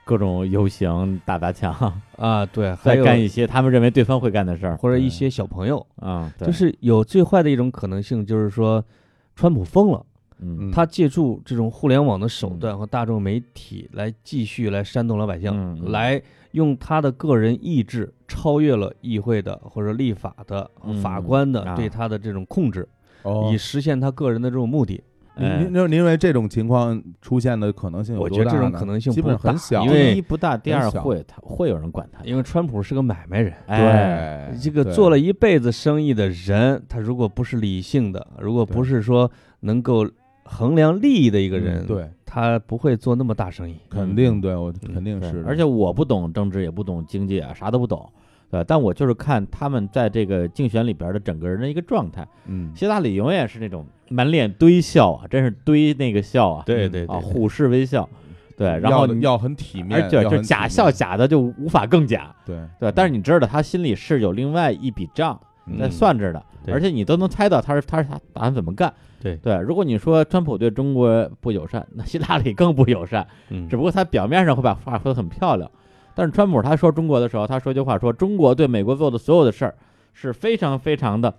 S1: 各种游行、打砸抢，
S3: 啊，对，还
S1: 在
S3: 有
S1: 干一些他们认为对方会干的事儿，
S3: 或者一
S1: 对
S3: 些小朋友，
S1: 啊，对
S3: 就是有最坏的一种可能性，就是说，川普疯了，
S1: 嗯
S3: 他借助这种互联网的手段和大众媒体来继续来煽动老百姓，
S1: 嗯嗯
S3: 来用他的个人意志超越了议会的或者立法的、
S1: 嗯
S3: 法官的、
S1: 啊
S3: 对他的这种控制，
S2: 哦
S3: 以，实现他个人的这种目的。
S1: 哎
S2: 您您您认为这种情况出现的可能性有
S3: 我
S2: 多
S3: 觉
S2: 大
S3: 得这
S2: 呢？
S3: 种可能性
S2: 基本
S3: 不大
S2: 很小，
S3: 因为
S1: 第一不大，第二
S2: 很小
S1: 会他会有人管他的，
S3: 因为川普是个买卖人，
S1: 哎，
S2: 对
S3: 这个
S2: 对
S3: 做了一辈子生意的人，他如果不是理性的，如果不
S2: 对
S3: 是说能够衡量利益的一个
S2: 嗯
S3: 人，
S2: 对，
S3: 他不会做那么大生意。
S2: 肯
S1: 嗯
S2: 定对我
S3: 嗯
S2: 肯定
S1: 对
S2: 是的，
S1: 而且我不懂政治，也不懂经济啊，啥都不懂。对，但我就是看他们在这个竞选里边的整个人的一个状态。
S2: 嗯，
S1: 希大里永远是那种满脸堆笑啊，真是堆那个笑啊，
S3: 对
S2: 嗯
S3: 对
S1: 啊，
S3: 对，
S1: 虎视微笑，对，然
S2: 要
S1: 后
S2: 的
S1: 你
S2: 要很体面，
S1: 而且
S2: 要
S1: 就
S2: 很
S1: 假
S2: 体
S1: 笑
S2: 面，
S1: 假的就无法更假，
S2: 对
S1: 对，但是你知道他心里是有另外一笔账
S2: 嗯
S1: 在算着的，
S3: 对
S1: 而且你都能猜到他是他是他打算怎么干，
S3: 对
S1: 对，如果你说川普对中国不友善，那希拉里更不友善，
S3: 嗯
S1: 只不过他表面上会把话说得很漂亮，但是川普他说中国的时候，他说句话说中国对美国做的所有的事儿是非常非常的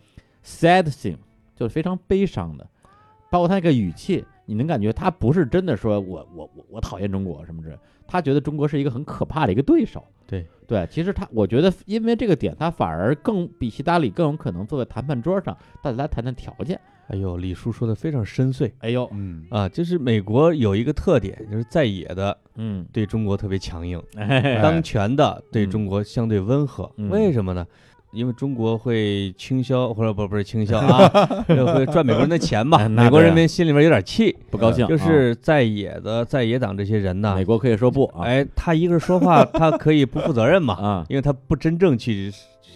S1: sad thing，就是非常悲伤的，包括他那个语气，你能感觉他不是真的说我我我我讨厌中国什么之类，他觉得中国是一个很可怕的一个对手。
S3: 对
S1: 对，其实他我觉得因为这个点，他反而更比希拉里更有可能坐在谈判桌上，大家来谈谈条件。
S3: 哎呦，李叔说的非常深邃
S1: 哎呦，
S2: 嗯
S3: 啊，就是美国有一个特点，就是在野的
S1: 嗯，
S3: 对中国特别强硬，
S1: 哎
S3: 当权的对
S1: 嗯
S3: 中国相对温和。
S1: 嗯
S3: 为什么呢？因为中国会倾销，或者不不是倾
S1: [laughs]
S3: 销啊，会赚美国人的钱嘛。
S1: 哎那嗯
S3: 美国
S1: 当然
S3: 人民心里面有点气，
S1: 不高兴，
S3: 就是在野的在野党这些人
S1: 啊
S3: 呢
S1: 美，国可以说不啊，
S3: 哎，他一个是说话 [laughs] 他可以不负责任嘛，
S1: 啊，
S3: 因为他不真正去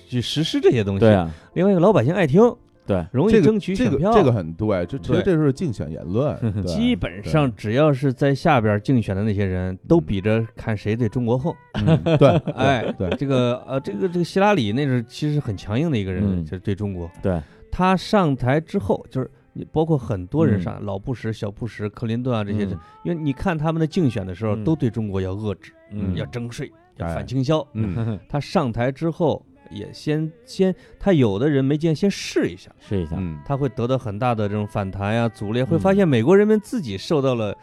S3: 去实施这些东西。
S1: 对啊，
S3: 另外一个老百姓爱听，
S1: 对，，
S3: 容易
S2: 这个
S3: 争取
S2: 这
S3: 选
S2: 个
S3: 票。啊
S2: 这个很对，这这
S3: 对
S2: 这是竞选言论对
S3: 基本上只要是在下边竞选的那些人
S1: 嗯
S3: 都比着看谁对中
S1: [laughs]
S3: 国横。
S2: 嗯对对
S3: 哎
S2: 对，
S3: 这个呃，这个这个希拉里那是其实很强硬的一个人，
S1: 嗯
S3: 就是对中国。
S1: 对，
S3: 他上台之后，就是你包括很多人
S1: 嗯
S3: 上，老布什、小布什、克林顿啊这些，
S1: 嗯
S3: 因为你看他们的竞选的时候，
S1: 嗯
S3: 都对中国要遏制、
S1: 嗯
S3: 要征税、要
S2: 哎
S3: 反倾销。
S2: 嗯，
S3: 他上台之后，也先先他有的人没见，先试一下，
S1: [laughs] 试一下，
S3: [laughs]
S2: 嗯，
S3: 他会得到很大的这种反弹呀、阻力，会发
S1: 嗯
S3: 现美国人民自己受到了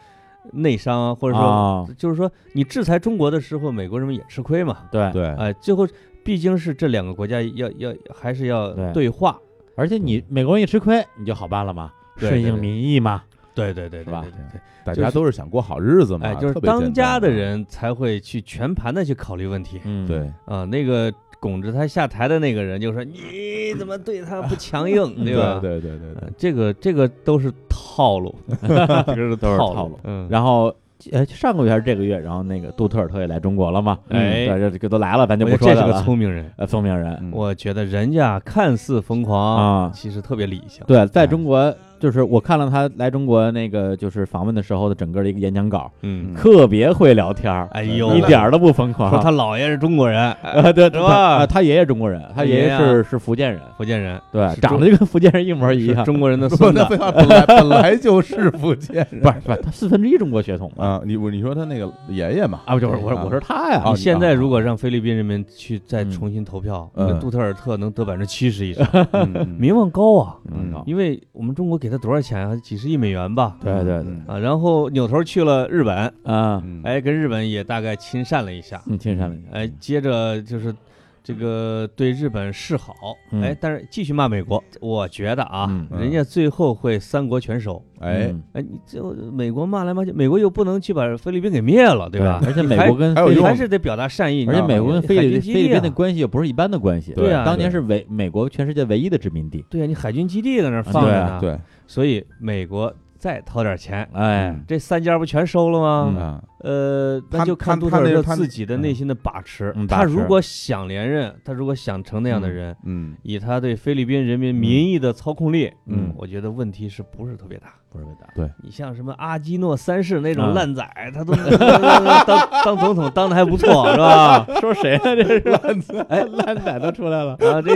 S3: 内伤啊，或者说
S1: 啊
S3: 就是说你制裁中国的时候，美国人民也吃亏嘛。
S1: 对
S2: 对，
S3: 哎，最后毕竟是这两个国家要要还是要
S1: 对
S3: 对话，
S1: 而且你美国人一吃亏，你就好办了嘛，
S3: 嗯对
S1: 顺
S3: 对
S1: 应
S3: 对
S1: 民意嘛，
S3: 对对对
S1: 是吧
S3: 对对对
S2: 大
S3: 就
S2: 家
S3: 是
S2: 都是想过好日子嘛，
S3: 哎，就是
S2: 特别简
S3: 当家
S2: 单
S3: 的，人才会去全盘的去考虑问题
S1: 嗯，
S2: 对，
S3: 啊、那个拱着他下台的那个人就说你怎么对他不强硬，
S1: 嗯
S3: 对吧？
S2: 对对对
S3: [laughs]
S2: 对对，
S3: 呃这个这个都是套路，
S1: [laughs] 这个都是
S3: [laughs]
S1: 套路。。
S3: 嗯，
S1: 然后，呃，上个月还是这个月，然后那个杜特尔特也来中国了嘛？嗯
S3: 哎
S1: 对，这这个都来了，咱就
S3: 我
S1: 不
S3: 觉
S1: 说
S3: 得这
S1: 他
S3: 是个
S1: 了。
S3: 聪明人，
S1: 呃，聪明人
S2: 嗯
S3: 我觉得人家看似疯狂，
S1: 啊，
S3: 其实特别理性。
S1: 对，在
S2: 哎
S1: 中国就是我看了他来中国那个就是访问的时候的整个的一个演讲稿，
S3: 嗯，
S1: 特别会聊天儿，
S3: 哎呦，
S1: 一点儿都不疯狂。
S3: 说他姥爷是中国人，
S1: 啊， [laughs] 对，对
S3: 是吧
S1: 他他爷爷中国人，他爷
S3: 爷
S1: 爷
S3: 啊
S1: 是是福建人，
S3: 福建人，
S1: 对，
S3: 是
S1: 长
S3: 中
S1: 得就跟福建人一模一
S3: 是
S1: 样。
S3: 中国人的
S2: 不，
S1: [laughs]
S3: 孙子
S2: 那。废话，本来本来就是福建人
S1: 不是不是，他四分之一中国血统嘛？
S2: 啊，你我你说他那个爷爷嘛，
S1: 啊，不 [laughs] 就是我说我说他呀，
S2: 啊
S3: 你哦现在如果让菲律宾人民去再
S1: 嗯
S3: 重新投票，
S2: 嗯
S3: 那杜特尔特能得百分之七十
S1: [laughs]
S3: 以上，
S2: 嗯嗯
S3: 名望高啊！
S1: 嗯
S2: 嗯
S3: 因为我们中国给他多少钱啊？几十亿美元吧？
S1: 对对对
S2: 嗯
S3: 啊，然后扭头去了日本，
S1: 啊，
S2: 嗯
S3: 哎，跟日本也大概亲善了一下，
S1: 你听上了，
S3: 哎，接着就是这个对日本示好，
S1: 嗯
S3: 哎，但是继续骂美国，我觉得啊，
S1: 嗯
S2: 嗯
S3: 人家最后会三国全收。
S2: 哎，
S1: 嗯
S3: 哎，你这美国骂来骂去，美国又不能去把菲律宾给灭了，对吧？
S1: 而且
S3: 你
S1: 美
S3: 还
S1: 国跟
S2: 还有
S1: 菲律
S3: 你
S2: 用
S3: 还是得表达善意。
S1: 而
S3: 你知
S1: 且
S3: 道
S1: 美
S3: 吗
S1: 国跟
S3: 海
S1: 菲律
S3: 军
S1: 宾
S3: 基
S1: 菲律
S3: 地啊
S1: 宾的关系又不是一般的关系，
S3: 对啊
S1: 当年是唯美国全世界唯一的殖民地，
S3: 对呀，啊你海军基地在那儿放
S1: 嗯
S3: 着
S1: 对
S3: 呢，
S2: 对，
S3: [laughs] 所以美国再掏点钱，
S1: 哎
S2: 嗯，
S3: 这三家不全收了
S1: 嗯
S3: 吗？
S2: 啊，
S3: 呃，那
S2: 他
S3: 就看
S2: 他
S3: 杜特
S2: 他
S3: 尔
S2: 那
S3: 特
S2: 他
S3: 自己的内心的把持
S1: 嗯。把
S3: 他如
S1: 持
S3: 果想连任，他如果想成那样的
S1: 嗯
S3: 人，
S2: 嗯
S3: 以他对菲律宾人民民意的操控力，
S1: 嗯
S3: 我觉得问题是不是特别大？
S1: 不是伟大，
S3: 你像什么阿基诺三世那
S1: 啊
S3: 种烂仔，他都 [laughs] 能当当当总统当的还不错，是吧？
S1: 啊说谁呢？这是烂仔，哎，烂仔都出来了，
S3: 啊，这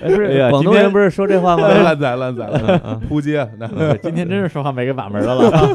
S3: 哎 [laughs] 不
S1: 哎呀
S3: 是广东
S1: 今天
S3: 人不是说这话吗？
S2: 烂仔烂仔烂
S3: 啊
S2: 仔，扑街，那
S1: 今天真是说话没个把门的
S3: [laughs]
S1: 了，啊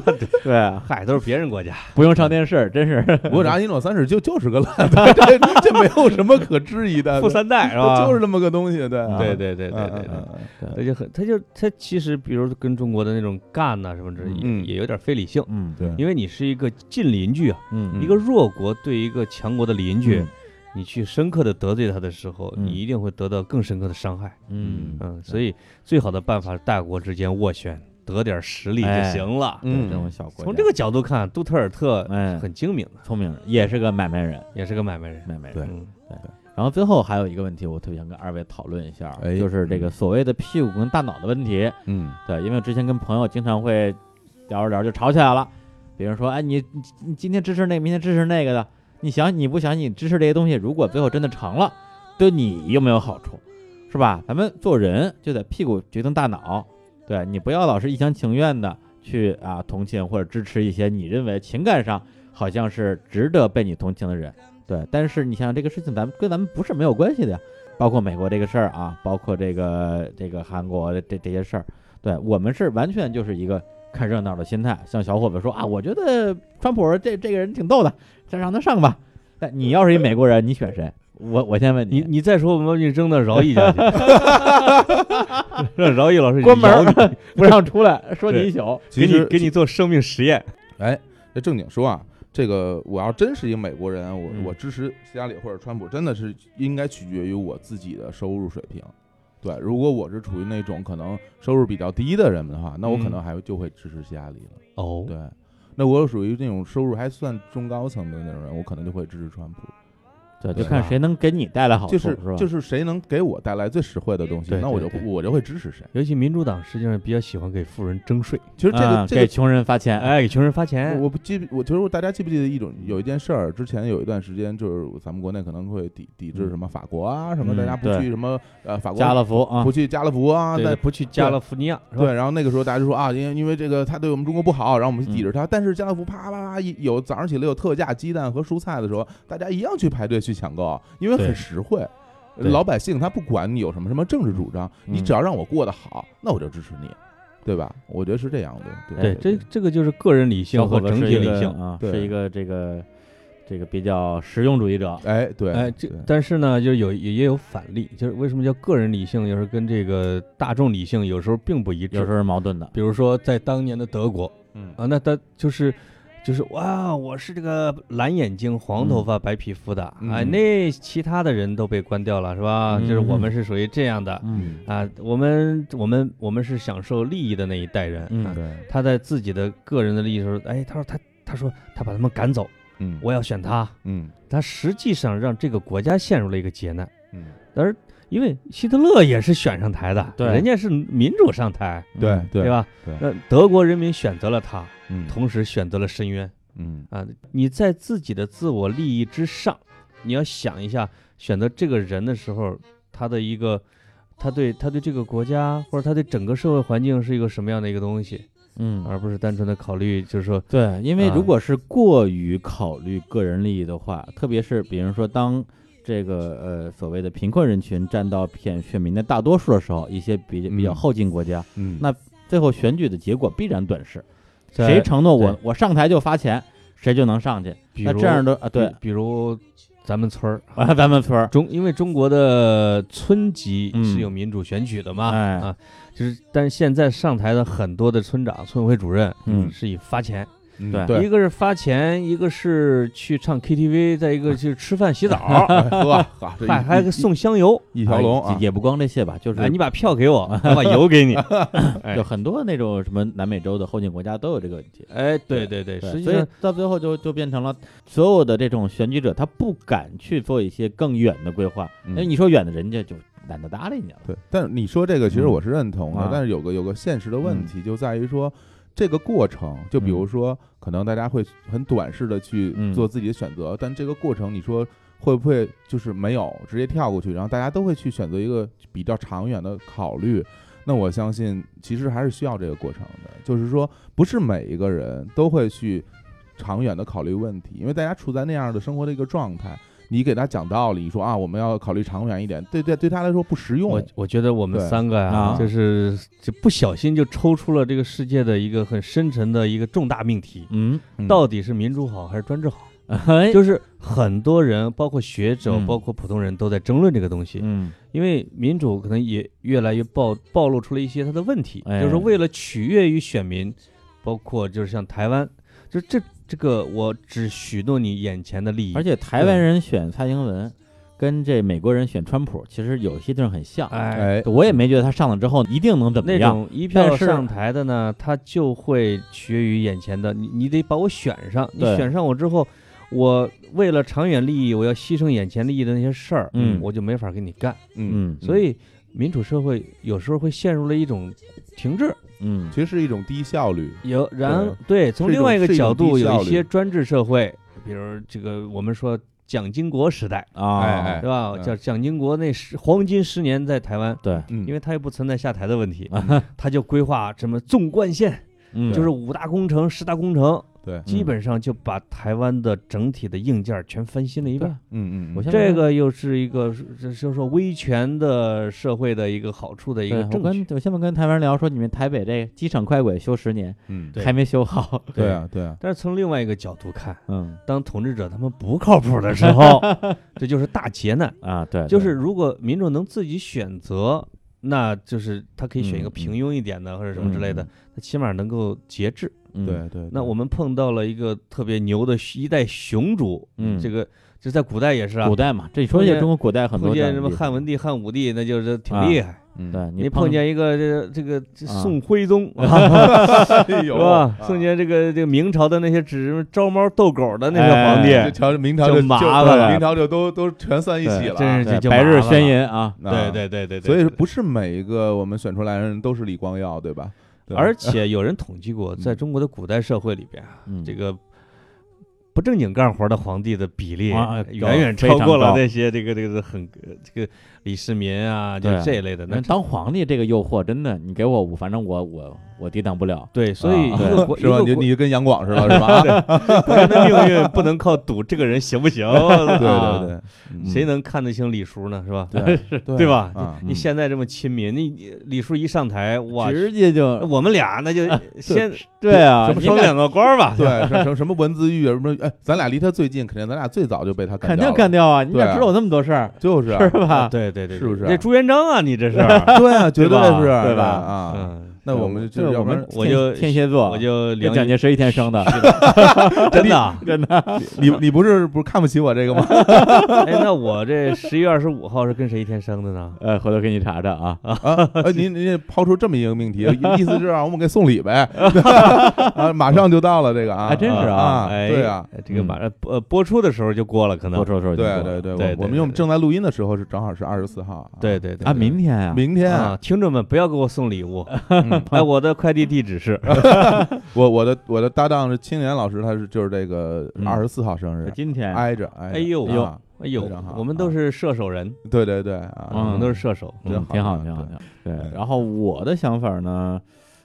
S1: 对，
S3: [laughs] 嗨，都是别人国家，
S1: 不用上电视，真
S3: [laughs]
S1: 是
S2: 不过这阿基诺三世就就是个烂仔，这 [laughs] 这没有什么可质疑
S3: [laughs]
S2: 的，
S3: 富三代
S1: [laughs]
S3: 是吧？
S2: 就是那么个东西，对嗯
S1: 啊
S3: 对对对对对对，啊他就很，他就他其实，比如跟中国的那种干呐、什么之类，
S2: 嗯
S3: 也也有点非理性，
S1: 嗯
S2: 对
S3: 因为你是一个近邻居啊，
S1: 嗯
S3: 一个弱国对一个强国的邻居，
S1: 嗯
S3: 你去深刻的得罪他的时候，
S1: 嗯
S3: 你一定会得到更深刻的伤害。
S1: 嗯，
S3: 嗯，所以最好的办法，是大国之间斡旋，得点实力就
S1: 哎
S3: 行了。
S1: 对这种小国家，
S3: 嗯从这个角度看，杜特尔特
S1: 哎
S3: 很精明的，
S1: 聪明人，也是个买卖人，
S3: 也是个买卖人。
S1: 买卖人。
S2: 对
S3: 嗯，
S1: 然后最后还有一个问题，我特别想跟二位讨论一下，
S2: 哎
S1: 就是这
S3: 嗯
S1: 个所谓的屁股跟大脑的问题。
S2: 嗯
S1: 对，因为之前跟朋友经常会聊着聊着就吵起来了，比如说，哎，你你你今天支持那个，明天支持那个的，你想你不想你支持这些东西，如果最后真的成了，对你有没有好处，是吧？咱们做人就得屁股决定大脑，对你不要老是一厢情愿的去啊同情或者支持一些你认为情感上好像是值得被你同情的人，对。但是你想想这个事情，咱们跟咱们不是没有关系的呀。包括美国这个事儿啊，包括这个这个韩国的这这些事儿，对我们是完全就是一个看热闹的心态。像小伙子说啊，我觉得川普这这个人挺逗的，再让他上吧。但你要是一美国人，你选谁？我我先问
S3: 你你再说，我们把你扔到饶毅家去， [laughs] 让饶毅老师
S1: 关门
S3: 咬你
S1: 儿
S2: [laughs]
S1: 不让出来，说你
S3: 对
S1: 一宿。
S2: 其
S3: 给你
S2: 实
S3: 给你做生命实验。
S2: 哎，这正经说啊，这个我要真是一个美国人，我、
S1: 嗯
S2: 我支持希拉里或者川普，真的是应该取决于我自己的收入水平。对，如果我是处于那种可能收入比较低的人的话，那
S3: 嗯
S2: 我可能还会就会支持希拉里了。
S3: 哦，
S2: 对，那我属于那种收入还算中高层的那种人，我可能就会支持川普。
S1: 对，
S2: 对
S1: 就看谁能给你带来好处，
S2: 就是是就是是谁能给我带来最实惠的东西
S3: 对，
S2: 那
S3: 对
S2: 我就
S3: 对
S2: 我就会支持谁。
S3: 尤其民主党实际上比较喜欢给富人征税，
S2: 其实这
S1: 啊
S2: 个这
S1: 给
S2: 个
S1: 穷人发钱，
S3: 哎，给穷人发钱
S2: 我。我不记，我觉得大家记不记得一种有一件事儿，之前有一段时间就是咱们国内可能会抵抵制什么法国啊什么，
S1: 嗯
S2: 大家不
S1: 对
S2: 去什么呃法国
S1: 家乐福啊
S2: 不，去家乐福啊，
S3: 对
S2: 但
S3: 对，不去加勒福尼亚是吧？
S2: 对，然后那个时候大家就说啊，因为因为这个他对我们中国不好，然后我们去抵制他。
S3: 嗯
S2: 但是家乐福啪啪啪一有早上起来有特价鸡蛋和蔬菜的时候，大家一样去排队去抢购，因为
S1: 对
S2: 很实惠。
S1: 对
S2: 老百姓他不管你有什么什么政治主张，你
S1: 嗯
S2: 只要让我过得好，那我就支持你，对吧？我觉得是这样的。对
S3: 对，这这个就是个人理性
S1: 小
S3: 和
S1: 伙子
S3: 整
S1: 是
S3: 体
S1: 一
S3: 理
S1: 个
S3: 性。
S1: 啊，
S2: 对
S1: 是一个这个这个比较实用主义者，
S2: 哎对
S3: 哎，这
S2: 对
S3: 但是呢，就有也也有反例，就是为什么叫个人理性，有时候跟这个大众理性有时候并不一致。
S1: 有时候是矛盾的，
S3: 比如说在当年的德国
S2: 嗯
S3: 啊，那他就是就是哇，我是这个蓝眼睛、黄头发、白皮肤的，
S2: 嗯
S3: 哎，那其他的人都被关掉了是吧？就是我们是属于这样的
S1: 嗯
S3: 啊，我们我们我们是享受利益的那一代人。
S1: 嗯
S3: 啊
S2: 对
S3: 他在自己的个人的利益的时候，哎，他说他他说他把他们赶走，
S2: 嗯
S3: 我要选他，
S2: 嗯
S3: 他实际上让这个国家陷入了一个劫难。
S2: 嗯
S3: 而因为希特勒也是选上台的，
S1: 对
S3: 人家是民主上台，
S2: 对
S1: 嗯
S2: 对
S3: 吧？
S2: 对
S3: 那德国人民选择了他，
S2: 嗯
S3: 同时选择了深渊
S2: 嗯
S3: 啊！你在自己的自我利益之上，你要想一下，选择这个人的时候，他的一个，他对他对这个国家或者他对整个社会环境是一个什么样的一个东西，
S1: 嗯
S3: 而不是单纯的考虑，就是说，
S1: 对，因为
S3: 啊
S1: 如果是过于考虑个人利益的话，特别是比如说当这个呃所谓的贫困人群占到选选民的大多数的时候，一些比比较
S2: 嗯
S1: 后进国家，
S2: 嗯
S1: 那最后选举的结果必然短视。
S3: 在
S1: 谁承诺我
S3: 对
S1: 我上台就发钱，谁就能上去。
S3: 比
S1: 那
S3: 如嗯
S1: 这样的啊，对
S3: 比，比如咱们村儿。
S1: 啊，咱们
S3: [laughs]
S1: 村儿
S3: 中，因为中国的村级
S1: 嗯
S3: 是有民主选举的嘛，
S1: 哎
S3: 啊，就是，但是现在上台的很多的村长、村委会主任，
S1: 嗯
S3: 是以发钱，
S2: 嗯
S1: 对
S3: 啊一
S2: 对
S3: 个是发钱，一个是去唱 KTV，再一个就是吃饭、
S2: [laughs]
S3: 洗澡，
S2: 哎喝
S3: [laughs]
S2: 好这
S3: 还还
S2: 一
S3: 送香油，
S2: 一一条龙
S1: 哎
S2: 啊，
S1: 也不光这些吧，就是
S3: 哎，你把票给我，我把油给你，哎
S1: 就很多那种什么南美洲的后进国家都有这个问题。
S3: [laughs] 哎，对对对，
S1: 对
S3: 实际
S1: 所以
S3: 上
S1: 到最后就就变成了所有的这种选举者，他不敢去做一些更远的规划，因
S2: 嗯
S1: 为你说远的，人家就懒得搭理你了。
S2: 对，但是你说这个，其实
S1: 嗯
S2: 我是认同的，
S1: 啊嗯
S2: 但是有个有个现实的问题，就在于说这个过程，就比如说，可能大家会很短视的去
S1: 嗯
S2: 做自己的选择，但这个过程，你说会不会就是没有直接跳过去，然后大家都会去选择一个比较长远的考虑？那我相信，其实还是需要这个过程的，就是说，不是每一个人都会去长远的考虑问题，因为大家处在那样的生活的一个状态。你给他讲道理，你说啊，我们要考虑长远一点，对对，对他来说不实用。
S3: 我我觉得我们
S2: 对
S3: 三个呀、
S1: 啊
S3: 就是就不小心就抽出了这个世界的一个很深沉的一个重大命题，
S1: 嗯，
S2: 嗯
S3: 到底是民主好还是专制好？
S1: 哎，
S3: 就是很多人，包括学者，
S1: 嗯
S3: 包括普通人都在争论这个东西，
S1: 嗯，
S3: 因为民主可能也越来越暴暴露出了一些它的问题，
S1: 哎
S3: 就是为了取悦于选民，包括就是像台湾，就这这个我只许诺你眼前的利益，
S1: 而且台湾人选蔡英文，跟这美国人选川普，其实有些地方很像。
S3: 哎。
S2: 哎，
S1: 我也没觉得他上了之后一定能怎么
S3: 那
S1: 样。
S3: 种一票
S1: 但是
S3: 上台的呢，他就会取悦于眼前的你，你得把我选上。你
S1: 对
S3: 选上我之后，我为了长远利益，我要牺牲眼前利益的那些事儿，
S1: 嗯
S3: 我就没法给你干。
S2: 嗯，
S1: 嗯，
S3: 所以民主社会有时候会陷入了一种停滞。
S1: 嗯，
S2: 其实是一种低效率，
S3: 有然对，从另外一个角度，
S2: 是一啊种低
S3: 有
S2: 效率
S3: 一些专制社会，比如这个我们说蒋经国时代，
S1: 啊，
S2: 哎哎
S3: 对吧？
S2: 嗯
S3: 叫蒋经国那十黄金十年在台湾，
S1: 对，
S2: 嗯，
S3: 因为他也不存在下台的问题，
S1: 嗯
S3: [laughs] 他就规划什么纵贯线，
S1: 嗯，
S3: 就是五大工程、十大工程，
S2: 对，嗯
S3: 基本上就把台湾的整体的硬件儿全翻新了一
S1: 对
S3: 遍。
S2: 嗯嗯，
S1: 我
S2: 嗯
S1: 相信
S3: 这个又是一个，这就是说威权的社会的一个好处的一
S1: 对
S3: 个
S1: 我
S3: 证据
S1: 跟。我先不跟台湾人聊说，你们台北这机场快轨修十年
S2: 嗯，
S3: 对
S1: 还没修好。 [laughs]
S2: 对，啊对啊，
S3: 但是从另外一个角度看，
S1: 嗯
S3: 当统治者他们不靠谱的时
S1: [laughs]
S3: 候，这就是大劫难。
S1: 啊，对，对
S3: 就是如果民众能自己选择，那就是他可以选一个
S1: 嗯
S3: 平庸一点的或者什么之类的
S1: 嗯，
S3: 他起码能够节制。
S1: 嗯
S2: 对啊对，
S3: 那
S2: 对
S3: 我们碰到了一个特别牛的一代雄主，
S1: 嗯
S3: 这个这在古代也是啊
S1: 古，代嘛，这说起来中国古代很多
S3: 碰
S1: 这
S3: 见
S1: 样的
S3: 什么
S1: 例子
S3: 汉文帝、汉武帝，那就是挺
S1: 啊
S3: 厉害。
S2: 嗯
S1: 对
S3: 你
S1: 碰
S3: 碰见一个这个这个这
S1: 啊
S3: 宋
S1: [laughs]
S3: 徽宗，啊
S2: 哎
S3: 是
S2: 呦
S3: 吧？
S2: 啊
S3: 宋前这个这个明朝的那些只是招猫逗狗的那个皇帝，
S1: 哎
S2: 就瞧着明朝
S3: 就
S2: 就
S3: 麻烦了
S2: 明朝就都都全算一起
S1: 对
S2: 了啊，
S3: 真是这
S1: 对
S3: 就
S1: 白日
S3: 麻烦
S1: 宣
S3: 了
S1: 淫啊，
S2: 啊
S3: 对对对对对，
S2: 所以
S3: 对
S2: 不是每一个我们选出来的人都是李光耀，对吧？对吧
S3: 而且有人统计过，在中国的古代社会里边啊，
S1: 嗯
S3: 这个不正经干活的皇帝的比例
S1: 啊高
S3: 远远
S1: 非
S3: 超
S1: 常
S3: 过了
S1: 高
S3: 那些这个这个很这个李世民啊，就
S1: 对啊
S3: 这一类的。那
S1: 那当皇帝这个诱惑真的，你给我，我反正我我我抵挡不了。
S3: 对，所以
S1: 啊
S3: 一个国
S2: [laughs]
S3: 一
S2: 是吧？
S3: 个
S2: 你
S3: 国
S2: 你就跟杨广似的，是
S3: [laughs]
S2: 吧？对
S3: 国人的命运 [laughs] 不能靠赌这个人行不行？对
S2: 对
S3: [laughs]
S2: 对，嗯
S3: 谁能看得清李叔啊呢？是吧？
S2: 对
S3: 对吧？
S2: 啊
S3: 你现在这么亲民，你你李叔一上台，哇，
S1: 嗯直接就
S3: 我们俩那就先
S1: 对啊
S3: 什，么升两个官儿吧？
S2: 对，什什什么文字狱啊，什么哎，咱俩离他最近，肯定咱俩最早就被他干
S1: 肯定
S2: 掉
S1: 干
S2: 了，
S1: 掉啊！你
S2: 对
S1: 哪
S2: 啊
S1: 知道我那么多事儿，
S2: 就是啊
S1: 是吧？
S3: 对对对，
S2: 是不是啊
S3: 这朱元璋啊，你这是，
S2: 对啊，绝对
S1: 吧
S2: 是
S1: 对吧
S2: 啊。
S3: 嗯，
S2: 那我们
S1: 这
S2: 就要
S1: 我
S2: 不然
S1: 们
S3: 我
S1: 天
S3: 就
S1: 天蝎座，
S3: 我就
S1: 跟
S3: 梁
S1: 蒋介石一天生的， [laughs]
S3: 真的啊。
S1: 真的。
S2: 你你不是不是看不起我这个吗？
S3: [laughs] 哎，那我这十一月二十五号是跟谁一天生的呢？
S1: 呃，回头给你查查啊。
S2: 啊，呃您您也抛出这么一个命题，意思是让我们给送礼呗？啊，马上就到了这个啊，
S1: 还真是啊
S2: 啊，
S3: 哎
S2: 对啊，，
S3: 这个马上呃播出的时候就过了，可能
S1: 多。说说就
S2: 对
S1: 多
S2: 对对，
S3: 对
S2: 我
S3: 对
S2: 我们因为我
S3: 对
S2: 们
S3: 对
S2: 正在录音的时候是正好是二十四号，啊，
S3: 对对对
S1: 啊，明天啊，
S2: 明天
S3: 啊，听众们不要给我送礼
S2: [laughs]
S3: 物，
S2: 嗯
S3: 哎，我的快递地址是
S2: 我我的我的搭档是青年老师，他是就是这个
S1: 嗯
S2: 二十四号生日，
S1: 今天
S2: 挨着挨着，
S3: 哎呦
S2: 啊
S3: 哎呦
S2: 非常好，
S3: 我们都是射手人，
S2: 对对对
S3: 我
S2: 啊，
S1: 嗯
S3: 们都是射手，
S2: 真
S1: 嗯
S2: 好
S1: 挺好，
S2: 啊
S1: 挺好，挺
S2: 对
S1: 好。对
S2: 嗯，
S1: 然后我的想法呢，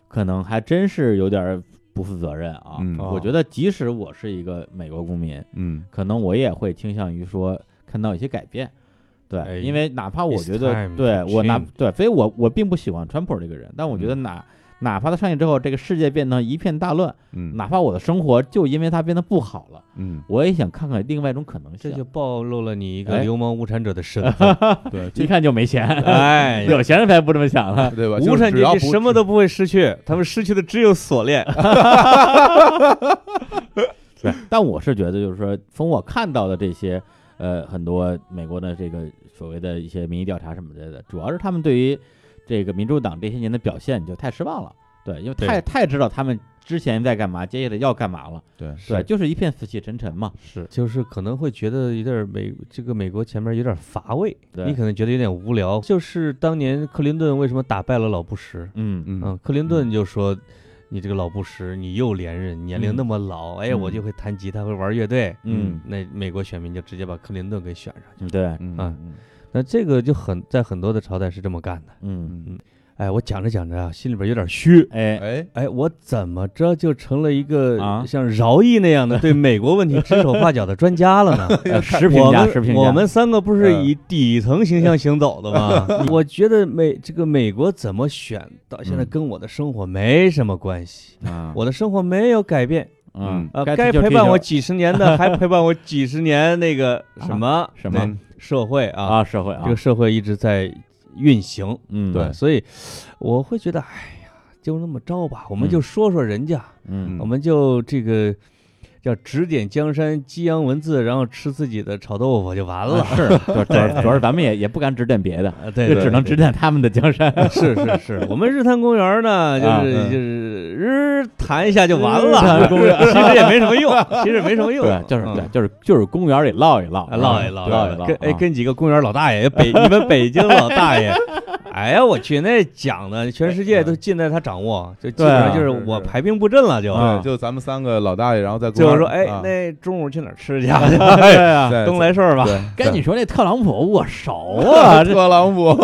S1: 可能还真是有点儿不负责任啊。
S2: 嗯
S1: 我觉得即使我是一个美国公民，
S2: 嗯
S1: 可能我也会倾向于说看到一些改变。
S3: 哎
S1: 对，因为哪怕我
S3: it's
S1: 觉得
S3: time
S1: 对
S3: to
S1: 我哪
S3: change
S1: 对，所以我我并不喜欢川普这个人，但我觉得哪、哪怕他上去之后，这个世界变成一片大乱，
S2: 嗯
S1: 哪怕我的生活就因为他变得不好了， [laughs]
S2: 嗯，
S1: 我也想看看另外一种可能
S3: 这
S1: 性
S3: 就。暴露了你一个
S1: 哎
S3: 流氓无产者的身
S2: [laughs]
S3: 份。
S2: 对，
S1: [laughs] 一
S2: 这
S1: 看就没钱，
S3: [laughs] 哎，
S1: 有钱人才不这么想啊呢。
S2: 对吧？
S3: 无
S2: 就是啊
S3: 产
S2: 只要
S3: 阶
S2: 不嗯
S3: 级什么都不会失去，他们失去的只有锁链。
S1: 对，但我是觉得，就是说，从我看到的这些，呃，很多美国的这个所谓的一些民意调查什么之类的，主要是他们对于这个民主党这些年的表现就太失望了。对，因为太太知道他们之前在干嘛，接下来要干嘛了。
S2: 对
S3: [laughs]
S1: 对，就是一片死气沉沉嘛。
S3: 是，就是可能会觉得有点儿美，这个美国前面有点儿乏味，
S1: 对
S3: 你可能觉得有点无聊。就是当年克林顿为什么打败了老布什？
S1: 嗯
S2: 嗯
S3: 嗯，克林顿就说。你这个老布什，你又连任，年龄
S1: 嗯
S3: 那么老，哎呀，我
S1: 嗯
S3: 就会弹吉他，会玩乐队，
S1: 嗯
S3: 那美国选民就直接把克林顿给选上去。
S1: 嗯，对，
S2: 嗯
S3: 啊
S2: 嗯
S3: 那这个就很在很多的朝代是这么干的。
S1: 嗯，
S2: 嗯
S3: 哎，我讲着讲着啊，心里边有点虚。
S1: 哎，
S2: 哎
S3: 哎，我怎么着就成了一个
S1: 啊
S3: 像饶毅那样的对美国问题指手画脚的专家了呢？
S1: 呃食
S3: 我
S1: 评价，
S3: 们
S1: 食评价，
S3: 我们三个不是
S2: 嗯
S3: 以底层形象行走
S1: [laughs]
S3: 的吗？我觉得美这个美国怎么选，到现在
S1: 嗯
S3: 跟我的生活没什么关系，
S1: 啊，
S3: 我的生活没有改变。
S1: 嗯
S3: 呃，
S1: 该
S3: 该
S1: 踢球
S3: 陪
S1: 踢
S3: 伴
S1: 球
S3: 我几十
S1: [laughs]
S3: 年的还陪伴我几十年，那个什么
S1: 什么
S2: 嗯
S3: 社会啊，
S1: 啊，社会啊
S3: 这，个社会一直在运行，
S1: 嗯，
S2: 对
S3: 所以我会觉得，哎呀，就那么着吧，我们就
S1: 嗯
S3: 说说人家，
S1: 嗯
S3: 我们就这个叫指点江山，激扬文字，然后吃自己的炒豆啊腐就完了。
S1: 是，主要主要主要是咱们也也不敢指点别的，
S3: 啊，对，
S1: 就
S3: 对
S1: 只能
S3: 对
S1: 指点他们的江山。
S3: 是
S1: [laughs]
S3: 是是，我们日坛公园呢，就
S1: 啊
S3: 是、
S2: 嗯
S3: 就是日谈一下就完
S1: 日坛
S3: 了，
S1: 公园
S3: [laughs] 其实也没什么用，其实也没什么用，
S1: 对，就是
S3: 嗯
S1: 对，就是就是公园里唠一唠，
S3: 啊唠一唠，
S1: 唠一唠，
S3: 跟哎
S1: 啊
S3: 跟几个公园老大爷，
S1: [laughs]
S3: 北你们北京老大爷，哎呀我去，那讲的全世界都尽在他掌握，就基本上就是
S2: 对啊是
S3: 我
S2: 是
S3: 排兵布阵了就，
S1: 啊
S2: 对，就咱们三个老大爷，然后再
S3: 就是说
S1: 嗯
S2: 啊
S3: 哎那中午去哪儿吃去？哎
S1: 呀，
S2: 那
S3: [laughs] 东来顺儿吧，
S1: 跟你说那特朗普我熟
S3: [laughs]
S1: 啊，这
S2: 特朗普，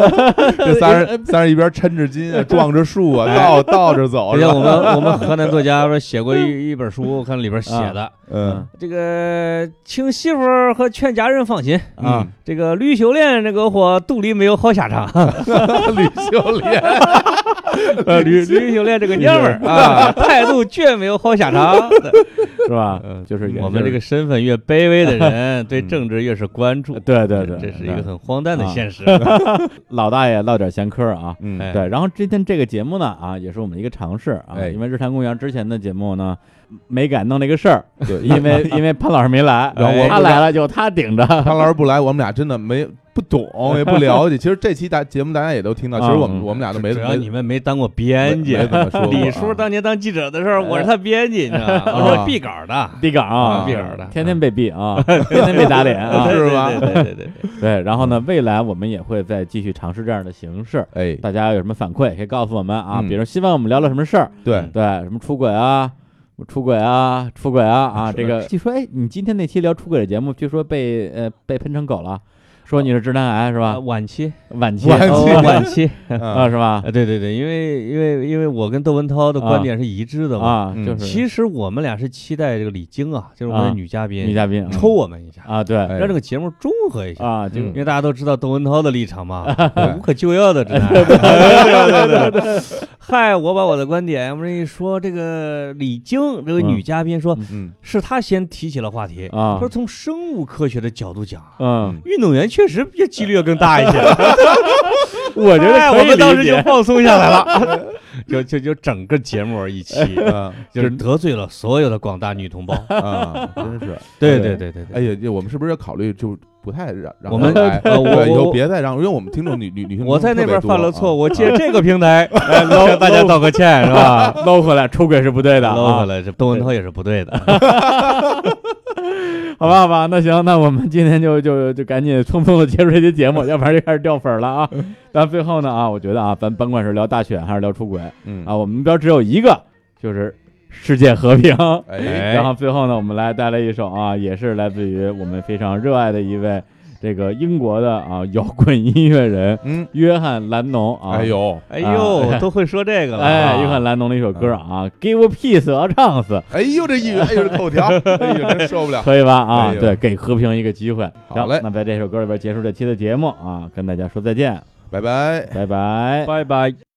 S2: 这仨人仨人一边抻着筋
S3: 哎
S2: 啊，撞着树啊，倒倒着走
S3: 而
S2: 是
S3: 且哎我
S1: [laughs]
S2: 吧？
S3: 们我们河南作家不是写过一一本书，我看里边写的
S2: 嗯
S3: 这个请媳妇儿和劝家人放心。
S1: 啊，
S2: 嗯
S3: 这个吕秀莲这个货肚里没有好
S2: [laughs]
S3: 下场，嗯呃
S2: 吕秀莲，[laughs]
S3: 哎吕吕秀莲这个娘们儿啊，态度绝没有好下场。
S1: 是吧
S2: 呃？
S1: 就是
S3: 我们这个
S1: 个，
S3: 身份越卑微的人，对政治越是关注。
S1: 对对对，
S3: 这是一
S1: 对
S3: 个很荒诞的
S1: 啊
S3: 现实。
S1: 老大爷唠点闲嗑啊。
S2: 嗯
S3: 哎
S1: 对，然后今天这个节目呢，啊，也是我们的一个尝试啊，
S2: 哎
S1: 因为日坛公园之前的节目呢，没敢弄这个事儿，
S2: 对，
S1: 因为因为潘老师没
S3: [laughs]
S1: 来，
S2: 然后我
S1: 他来了就他顶着，
S2: 潘老师不来，我们俩真的没不
S3: [laughs]
S2: 懂，也不了解。其实这期大节目大家也都听到，其实我们
S1: 嗯
S2: 我们俩 [laughs] 都没
S3: 主要
S2: 没
S3: 你们没当过编辑
S2: 没。没怎么说过啊。
S3: 李叔当年当记者的时候，我是他编辑，你知道吗？
S2: [laughs]
S3: 我
S2: 啊
S3: 是毙稿的，
S1: 地岗
S2: 啊
S3: 毙稿的，
S1: 天天被毙
S3: [laughs]
S1: 啊，天天被打脸啊
S2: 啊。是吧
S3: 对对对对对，
S1: 对，然后呢，未来我们也会再继续尝试这样的形式。
S2: 哎，
S1: 大家有什么反馈可以告诉我们啊？
S2: 嗯
S1: 比如希望我们聊聊什么事儿，
S3: [laughs]
S2: 对，
S1: 对，什么出轨啊，出轨啊，出轨啊
S3: [laughs]
S1: 啊！这个据说，哎，你今天那期聊出轨的节目，据说被呃被喷成狗了，说你是直男癌是
S3: 啊
S1: 吧？
S3: 晚期，
S1: 晚期
S2: 晚期
S1: 哦
S3: [laughs] 晚期，
S2: 啊，
S1: 啊是吧？
S3: 啊，对对对，因为因为因为我跟窦文涛的观点是一致的嘛。
S1: 啊，
S2: 嗯
S1: 就是
S3: 其实我们俩是期待这个李菁啊，就是我们的女嘉宾，
S1: 女嘉宾啊
S3: 抽我们一下，
S1: 啊，对
S2: 哎
S3: 让这个节目中和一下。
S1: 啊，就
S2: 嗯
S3: 因为大家都知道窦文涛的立场嘛，
S2: 对
S3: 无可救药的直男。对对对对对。 [laughs] 嗨，我把我的观点，我这一说，这个李菁这个女嘉宾说，
S2: 嗯，
S3: 是她先提起了话题，
S1: 啊
S3: 她说从生物科学的角度讲啊，
S1: 嗯，
S3: 运动员确实比几率要更大一些。
S1: 我觉
S3: 哎
S1: 得可
S3: 我
S1: 以
S3: 们当
S1: 理
S3: 时就
S1: 解，
S3: 放松下来了，就就就整个节目一期，
S2: 啊
S3: 就是得罪了所有的广大女同胞。
S2: 啊，真是，
S3: 对对对对
S2: 哎
S3: 对，
S2: 呀，这我们是不是要考虑就不太让让
S3: 我们
S2: 他来
S3: 呃我
S2: 对以后
S3: 我
S2: 别再让，因为我们听众女女女性
S3: 我在那边犯了
S2: 啊
S3: 错，我借这个平 [laughs] 台
S1: 搂 [laughs]
S3: 向大家道个歉，是吧？
S1: 啊，搂回来，出轨是不对的，
S3: 搂
S1: 啊
S3: 回。来，这窦文涛也是不对的。
S1: 好吧，好吧，那行，那我们今天就就就赶紧匆匆的结束这期节
S2: [laughs]
S1: 目，要不然就开始掉粉儿了啊！但最后呢啊，我觉得啊，咱甭管是聊大选还是聊出轨
S2: 嗯
S1: 啊，我们目标只有一个，就是世界和平。
S2: 哎，
S1: 然后最后呢，我们来带来一首啊，也是来自于我们非常热爱的一位这个英国的啊摇滚音乐人
S2: 嗯，
S1: 约翰兰农啊，
S2: 哎呦，
S3: 哎呦，都会说这个了，啊
S1: 哎，约翰兰农的一首歌
S2: 嗯
S1: 啊，Give Peace a Chance。
S2: 哎呦，这一语，哎呦，这口条，哎呦，真受不了。
S1: 可以吧？啊，
S2: 哎呦
S1: 对，给和平一个机会。
S2: 好
S1: 行
S2: 嘞
S1: 那在这首歌里边结束这期的节目啊，跟大家说再见，
S2: 拜拜。
S1: 拜拜。
S3: 拜拜。